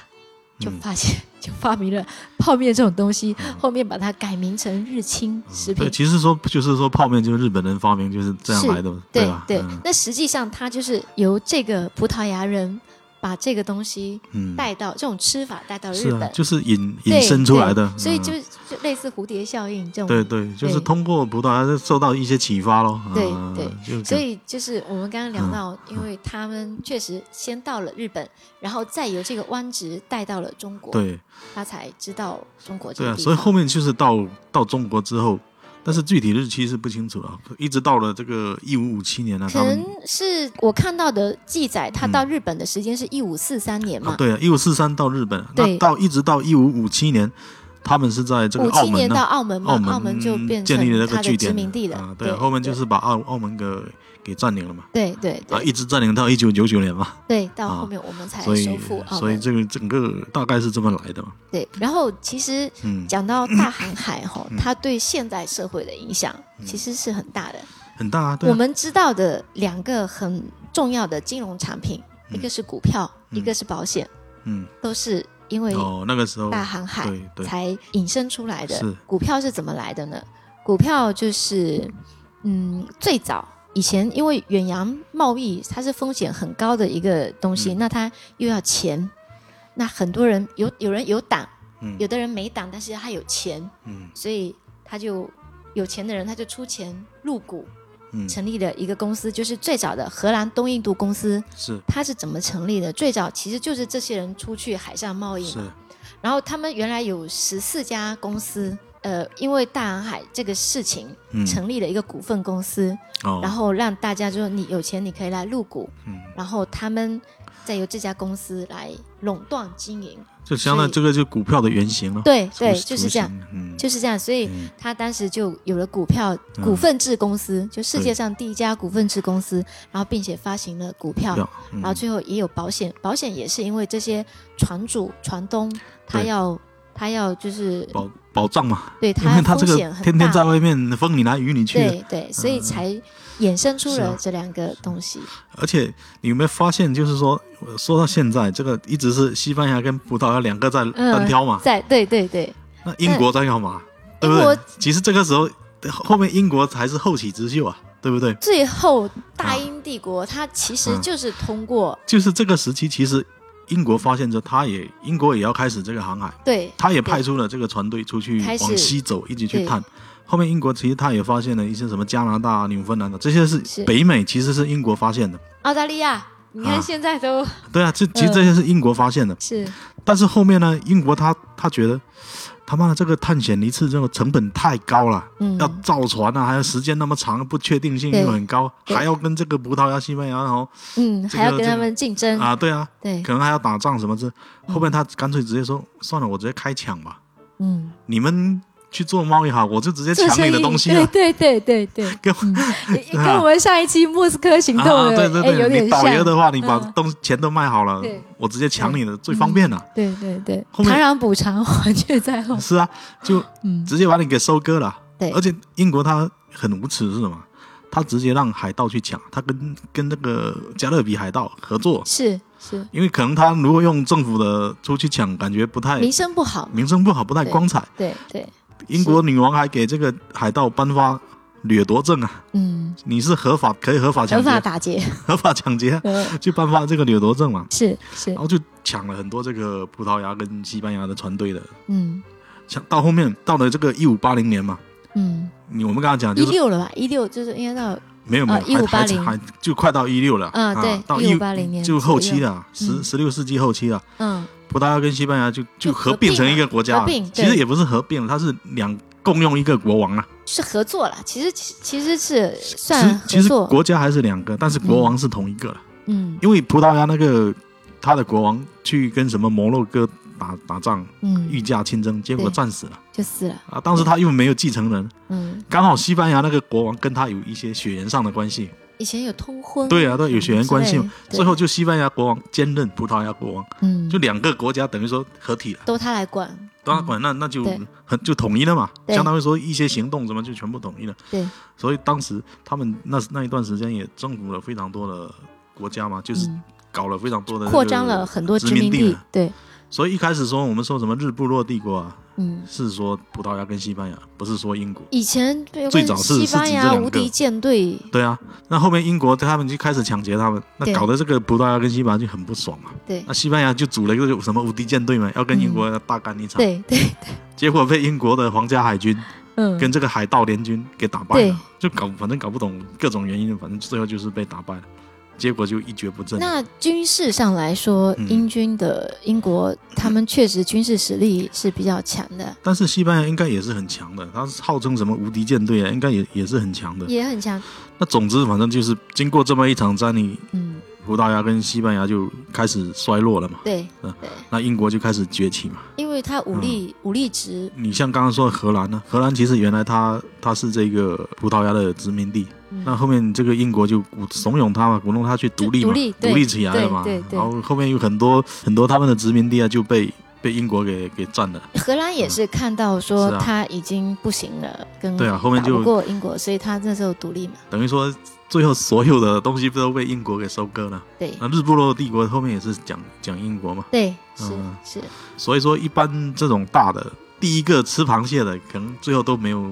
就
嗯
发现、 就发明了泡面这种东西，
嗯哦
后面把它改名成日清食品。
对，呃其实说就是说泡面就是日本人发明，就是这样
是
来的，
对
吧？
对
嗯
那实际上它就是由这个葡萄牙人把这个东西
嗯，
带到、这种吃法带到
是
日
啊，
本，
就是引
对
引申出来的
对，所以
嗯
就就类似蝴蝶效应这种。
对对，就是
对
通过葡萄牙受到一些启发咯。
对
嗯
对，
就是这
所
样
以就是我们刚刚聊
嗯
到，因为他们确实先到了日本，然后再由这个湾值带到了中国，
对
他才知道中国这
对
个
啊，
地方。
所以后面就是到到中国之后，但是具体日期是不清楚了，一直到了这个一五五七年呢，
可
他们嗯
能是我看到的记载，他到日本的时间是一五四三年
啊
嘛，
对啊，一五四三到日本，那
对
到一直到一五五七年，他们是在这
五
个
七
澳门
年到
呢，
澳门嘛，
澳
澳
门嗯
就变成
建立了那
它
个
的
据
殖
点
民地了。
啊，
对
对啊，后面就是把澳澳门给给占领了嘛，
对对
啊，
对
一直占领到一九九九年嘛，
对，到
啊
后面我们才
所
收
以
复澳
所以
门。
这个整个大概是这么来的嘛，
对，然后其实
嗯，
讲到大航海哈，它对现代社会的影响其实是很大的。
很大嗯啊，对
我
啊，
们知道的两个很重要的金融产品，
嗯
一个是股票，
嗯
一个是保险，
嗯，
都是因为
哦，那个时候，
大航海
对对，
才引申出来的
是。
股票是怎么来的呢？股票就是，嗯，最早以前因为远洋贸易它是风险很高的一个东西，
嗯
那它又要钱，那很多人有有人有胆，
嗯
有的人没胆，但是他有钱，
嗯
所以他就有钱的人他就出钱入股，
嗯，
成立了一个公司，就是最早的荷兰东印度公司，
是
它是怎么成立的？最早其实就是这些人出去海上贸易
是，
嘛，然后他们原来有十四家公司，呃，因为大航海这个事情
嗯，
成立了一个股份公司，
哦，
然后让大家就是你有钱你可以来入股，
嗯，
然后他们再由这家公司来垄断经营。
就相当于
所
这个就是股票的原型了，
对对，
雏
就是这，样，
雏形嗯，
就是这样。所以
嗯
他当时就有了股票
嗯
股份制公司，就世界
对
上第一家股份制公司，然后并且发行了股票，
票，嗯
然后最后也有保险，保险也是因为这些船主、船东他
对
要他要就是
保保障嘛，
对
因为他这
风
个
险很大，
天天在外面风里来雨里去的，
对对，所以才衍生出
是
了
啊
这两个东西。
而且你有没有发现，就是说呃说到现在，这个一直是西班牙跟葡萄牙两个在单挑嘛，
呃在对对对，
那英国在干嘛？对不
英国
对？其实这个时候后面英国才是后起之秀啊，对不对？
最后大
啊
英帝国它其实
嗯
就是通过
就是这个时期，其实英国发现着，他也英国也要开始这个航海，
对
他也派出了这个船队出去
开始
往西走，一直去
对
探。后面英国其实他也发现了一些什么加拿大啊、纽芬兰的，这些
是
是北美，其实是英国发现的。
澳大利亚，你看
啊
现在都
对啊，这其
呃
实这些是英国发现的。
是
但是后面呢，英国他他觉得他妈的这个探险一次这个成本太高了，
嗯
要造船啊，还有时间那么长，不确定性
对
又很高，
对
还要跟这个葡萄牙、西班牙，然后
嗯，
这
还要
个
跟
这
他
个
们竞争，
啊，对啊，
对，
可能还要打仗什么之。后面他干脆直接说，算了，我直接开抢吧，
嗯，
你们去做贸易好，我就直接
做
抢
生
你的
意
东西啊
对
了。
对对对对，
跟
嗯也也跟
啊
我们上一期莫斯科行
啊，
动
啊
的
对对
哎有
对，
点
你导游
像，
的话，你把
嗯
东钱都卖好了
对，
我直接抢
对
你的，最方便了。
对对对，
后面
螳螂捕蝉，黄雀在后，
是啊，就
嗯，
直接把你给收割了。
对
而且英国他很无耻是什么？他直接让海盗去抢，他跟跟那个加勒比海盗合作，
是是，
因为可能他如果用政府的出去抢，感觉不太
名声不好，
名声不好，不太光彩。
对对，
英国女王还给这个海盗颁发掠夺证啊，
嗯，
你是合法可以合法抢
合
劫，
法打劫，
合法抢劫啊，
嗯
就颁发这个掠夺证嘛，
是是
然，后就抢了很多这个葡萄牙跟西班牙的船队的，
嗯
抢到后面到了这个一五八零年嘛，
嗯，
你我们刚刚讲就
一
是
六了吧？一六就是应该到，
没有没
啊
有，还还
1580
还就快到一六了，啊
嗯对
到
1580年
就后期
左
了，十
嗯
十六世纪后期了，
嗯，
葡萄牙跟西班牙就
就
就
合
合并成
并
一个国家
合
了
并，
其实
对
也不是合并，它是两共用一个国王啊，
是合作啦，其实其其实是
其
算
实
合
其实
作，
国家还是两个，但是国王是同一个了，
嗯
因为葡萄牙那个他的国王去跟什么摩洛哥打打仗，
嗯
御，驾亲征，结果
对
战死了
就死了，
啊，当时他又没有继承人，
嗯，
刚好西班牙那个国王跟他有一些血缘上的关系，
以前有通婚，
对啊，对有血缘关系嘛。
之类的，
最后就西班牙国王兼任葡萄牙国王，
对嗯，
就两个国家等于说合体了。
都他来管，
当然管那那就
对
很就统一了嘛，
对
相当于说一些行动什么就全部统一了。
对，
所以当时他们那那一段时间也征服了非常多的国家嘛，就是
嗯，
搞了非常多的、
扩张了。很多殖
殖民
民
地
地
了，
对，
所以一开始说我们说什么日不落帝国啊，
嗯。
是说葡萄牙跟西班牙，不是说英国。
以前对
最早是
西
是
班
指这
牙
两
无
个
敌舰队，
对啊，那后面英国他们就开始抢劫他们，
对
那搞得这个葡萄牙跟西班牙就很不爽嘛。
对
那西班牙就组了一个什么无敌舰队嘛，要跟英
嗯
国大干一场。
对对，
结果被英国的皇家海军
嗯，
跟这个海盗联军给打败
对
了，就搞反正搞不懂各种原因，反正最后就是被打败了，结果就一蹶不振。
那军事上来说，
嗯
英军的英国，他们确实军事实力是比较强的，
但是西班牙应该也是很强的，他号称什么无敌舰队啊，应该也也是很强的。
也很强。
那总之反正就是经过这么一场战役，
嗯，
葡萄牙跟西班牙就开始衰落了嘛，
对
嗯
对，
那英国就开始崛起嘛。
因为他武
嗯
力武力值，
你像刚刚说的荷兰呢，荷兰其实原来它它是这个葡萄牙的殖民地，
嗯
那后面这个英国就鼓怂恿他嘛，鼓动他去独立
就独
嘛，
立对
起来了嘛。
对对对
然后后面有很多很多他们的殖民地啊就被被英国给给占了。
荷兰也是看到说
是啊
他已经不行了，跟
对啊后面就
打不过英国，所以他那时候独立嘛。
等于说最后所有的东西都被英国给收割了。
对
那日不落帝国后面也是讲讲英国嘛，
对，是
嗯
是，
所以说一般这种大的，第一个吃螃蟹的，可能最后都没有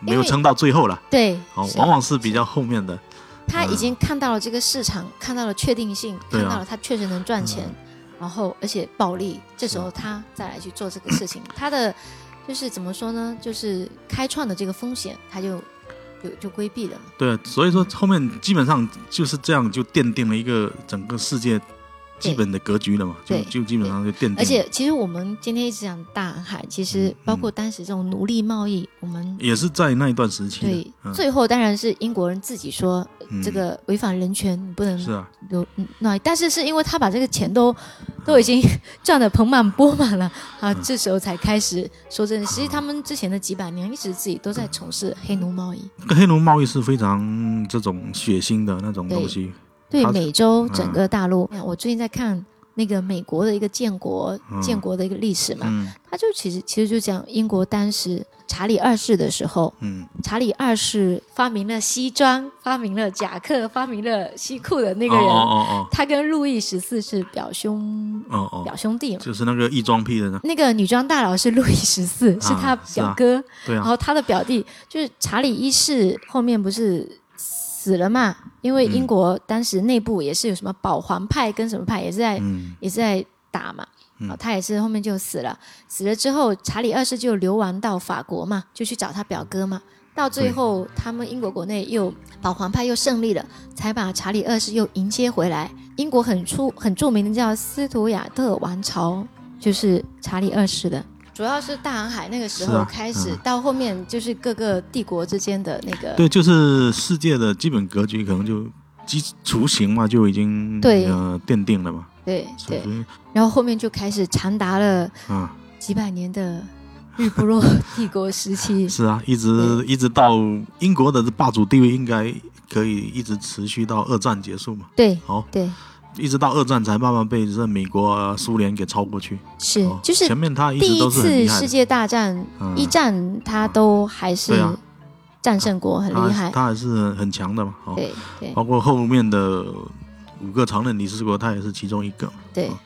没有撑到最后了，
对
哦，，
哎是啊
往往是比较后面的。
他已经看到了这个市场，看到了确定性，
嗯对
看
啊嗯
到了他确实能赚钱，然后而且暴利，这时候他再来去做这个事情，
嗯
他的就是怎么说呢？就是开创的这个风险，他就就就规避了嘛。
对，所以说后面基本上就是这样，就奠定了一个整个世界基本的格局了嘛，就
对
就基本上就奠定了。
而且，其实我们今天一直讲大航海，其实包括当时这种奴隶贸易，我们
也是在嗯那一段时期的，
对
嗯
最后当然是英国人自己说
嗯
这个违反人权，你不能
是啊，
有嗯那，但是是因为他把这个钱都都已经 赚得盆满钵满了啊，
嗯
这时候才开始说真的。实际他们之前的几百年一直自己都在从事黑奴贸易，
黑奴贸易是非常这种血腥的那种东西，
对
他嗯
美洲整个大陆。哎我最近在看那个美国的一个建国建国的一个历史嘛，
嗯
他就其实其实就讲英国当时查理二世的时候，
嗯，
查理二世发明了西装，发明了夹克，发明了西裤的那
哦
个人，
哦
他跟路易十四是表兄
哦哦哦
表
哦，
兄弟嘛。
就是那个异装癖的呢，
那个女装大佬是路易十四，是他表哥，
对
然
啊，
后他的表弟就是查理一世，后面不是死了嘛？因为英国当时内部也是有什么保皇派跟什么派，也是在、
嗯
也是在打嘛。
嗯
然后他也是后面就死了，死了之后，查理二世就流亡到法国嘛，就去找他表哥嘛。到最后，他们英国国内又保皇派又胜利了，才把查理二世又迎接回来。英国很出很著名的叫斯图亚特王朝，就是查理二世的。主要是大航海那个时
是
候
啊
开始，
嗯
到后面就是各个帝国之间的那个
对，就是世界的基本格局可能就基雏形嘛，就已经
对
呃奠定了嘛，
对
所
对，
以
然后后面就开始长达了
啊
几百年的日不落帝国时 期。
是啊，一直一直到英国的霸主地位应该可以一直持续到二战结束嘛，
对
好，
对，
一直到二战才慢慢被这美国、啊苏联给超过去，
是
哦，
嗯就是
前面他一
第
直
一
都是很
次
厉害
世
的，
界大战
嗯
一战，他都还是
对啊
战胜国，很
他
厉害。
他还哦是很很强的嘛，好，
对对
包括后面的五个常任理事国，他也是其中一个嘛。
对
哦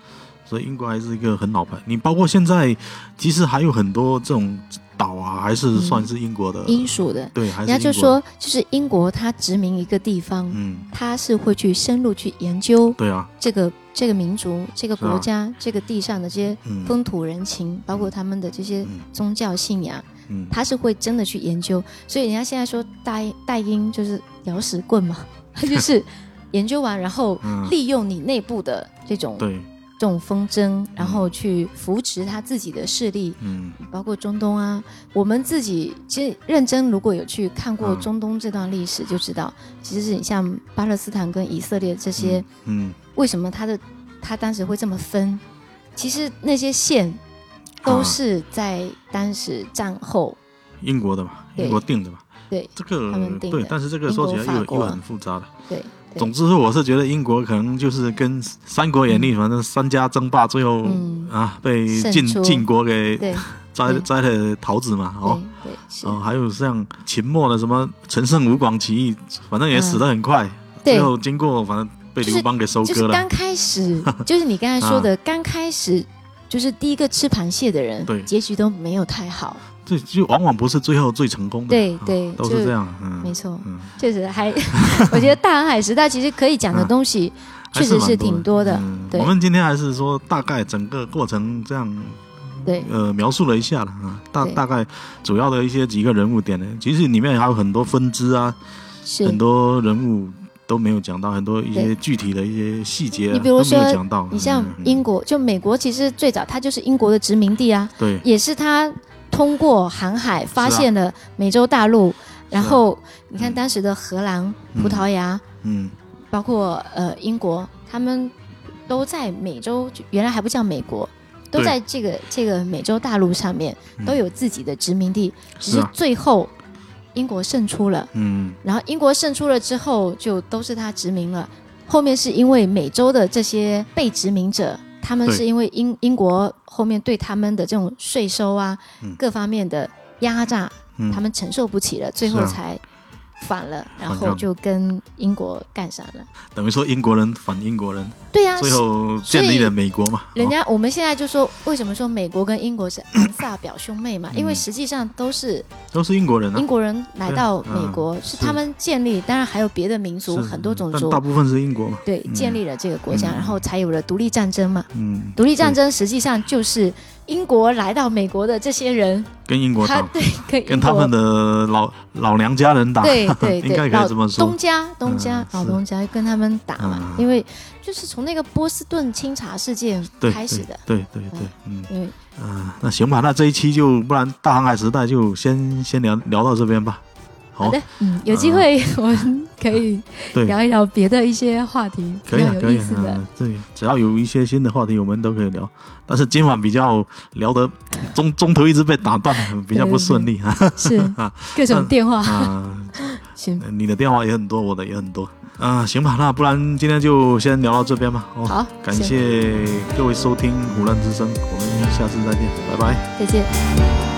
所以英国还是一个很老牌。你包括现在，其实还有很多这种岛啊，还是算是英国的。
嗯英属的，
对，呃还
人
是英
家
国
就说，就是英国它殖民一个地方，
嗯，
它是会去深入去研究
对啊，
这个这个民族、这个
是啊
国家、这个地上的这些
嗯，
风土人情，包括他们的这些
嗯
宗教信仰，
嗯，
他是会真的去研究。所以人家现在说大大英就是咬死棍嘛， 他就是 研究完，然后
嗯
利用你内部的这种
对，
这种风筝，然后去扶持他自己的势力，
嗯，
包括中东啊。我们自己其实认真如果有去看过
嗯
中东这段历史，就知道，其实你像巴勒斯坦跟以色列这些，
嗯，
为什么他的他当时会这么分？其实那些线都
啊
是在当时战后，
英国的嘛，
对
英国定的嘛。
对
这个
他们定的
对，但是这个说起
英
来
国法
又
国
又很复杂的。
对对
总之，我是觉得英国可能就是跟《三国演义》反正三家争霸，最后
嗯
啊被
胜
晋
出
晋国给
对
摘
对
摘了桃子嘛，哦
对，对是，
哦，还有像秦末的什么陈胜吴广起义，反正也死得很快，
对
最后经过反正被
就是
刘邦给收
就是
割了。啊
刚开始， 就是你刚才说的，刚开始就是第一个吃螃蟹的人，
对
结局都没有太好，
这就往往不是最后最成功的，
对
啊
对
都
就是
这样，
没
嗯，
错，
嗯，
确实 还，我觉得大航海时代其实可以讲的
嗯
东西确
还
实
蛮
是挺多的
嗯
对
我们今天还是说大概整个过程这样
对
呃描述了一下了啊，大
对
大概主要的一些几个人物点呢，其实里面还有很多分支啊，
是
很。多人物都没有讲到，很多一些
对
具体的一些细节啊
你比如
都没有
说
讲到，
你像
嗯
英国，就美国，其实最早它就是英国的殖民地啊，
对
也是他通过航海发
是啊啊
现了美洲大陆，然后你看
嗯
当时的荷兰、
嗯
葡萄牙，
嗯
包括呃英国，他们都在美洲，就原来还不叫美国，都
对
在这个这个美洲大陆上面
嗯
都有自己的殖民地，只
是
是
啊
最后英国胜出了，
嗯。
然后英国胜出了之后，就都是他殖民了。后面是因为美洲的这些被殖民者，他们
对
是因为英英国后面对他们的这种税收啊，
嗯
各方面的压榨，
嗯，
他们承受不起了，最
是
后
啊
才反了，然
抗
后就跟英国干上了。
等于说英国人反英国人，
对呀、
最后
所
建立
以
了美国嘛。
人
哦
家我们现在就说，为什么说美国跟英国是昂萨表兄妹
嗯
嘛？因为实际上都是
都是英国人啊
英，国人来到美国，是
嗯是
他们建立，当然还有别的民族，
是
很多种
但嗯
族
大，部分是英国嘛。
对，建立了这个国家，然后才有了独立战争嘛。
嗯，
独立战争实际上就是英国来到美国的这些人，
跟英国
他
打，
对跟英
跟他
国
们的老老娘家人打，
对 对
应该
对，
可
老
以这么说
东。家东家
嗯
老
是
东家跟他们打嘛，
嗯
因为就是从那个波士顿清查事件
对，
开始的，
对对对对，嗯
因为
嗯，那行吧，那这一期就不然大航海时代就先先聊聊到这边吧。好
好的，嗯，有机会我们可以
哦啊 对，
聊一聊别的一些话题，
可
比
以
较
啊，
有
可以
意
啊
思，的。
嗯对，只要有一些新的话题，我们都可以聊。但是今晚比较聊得中中途一直被打断，比较不顺 利啊。
是
啊
各种电话，
啊，
行，
你的电话也很多，我的也很多。啊、行吧，那不然今天就先聊到这边吧。哦，
好，
感
行，
谢各位收听《胡乱之声》，我们下次再见，拜拜。
再见。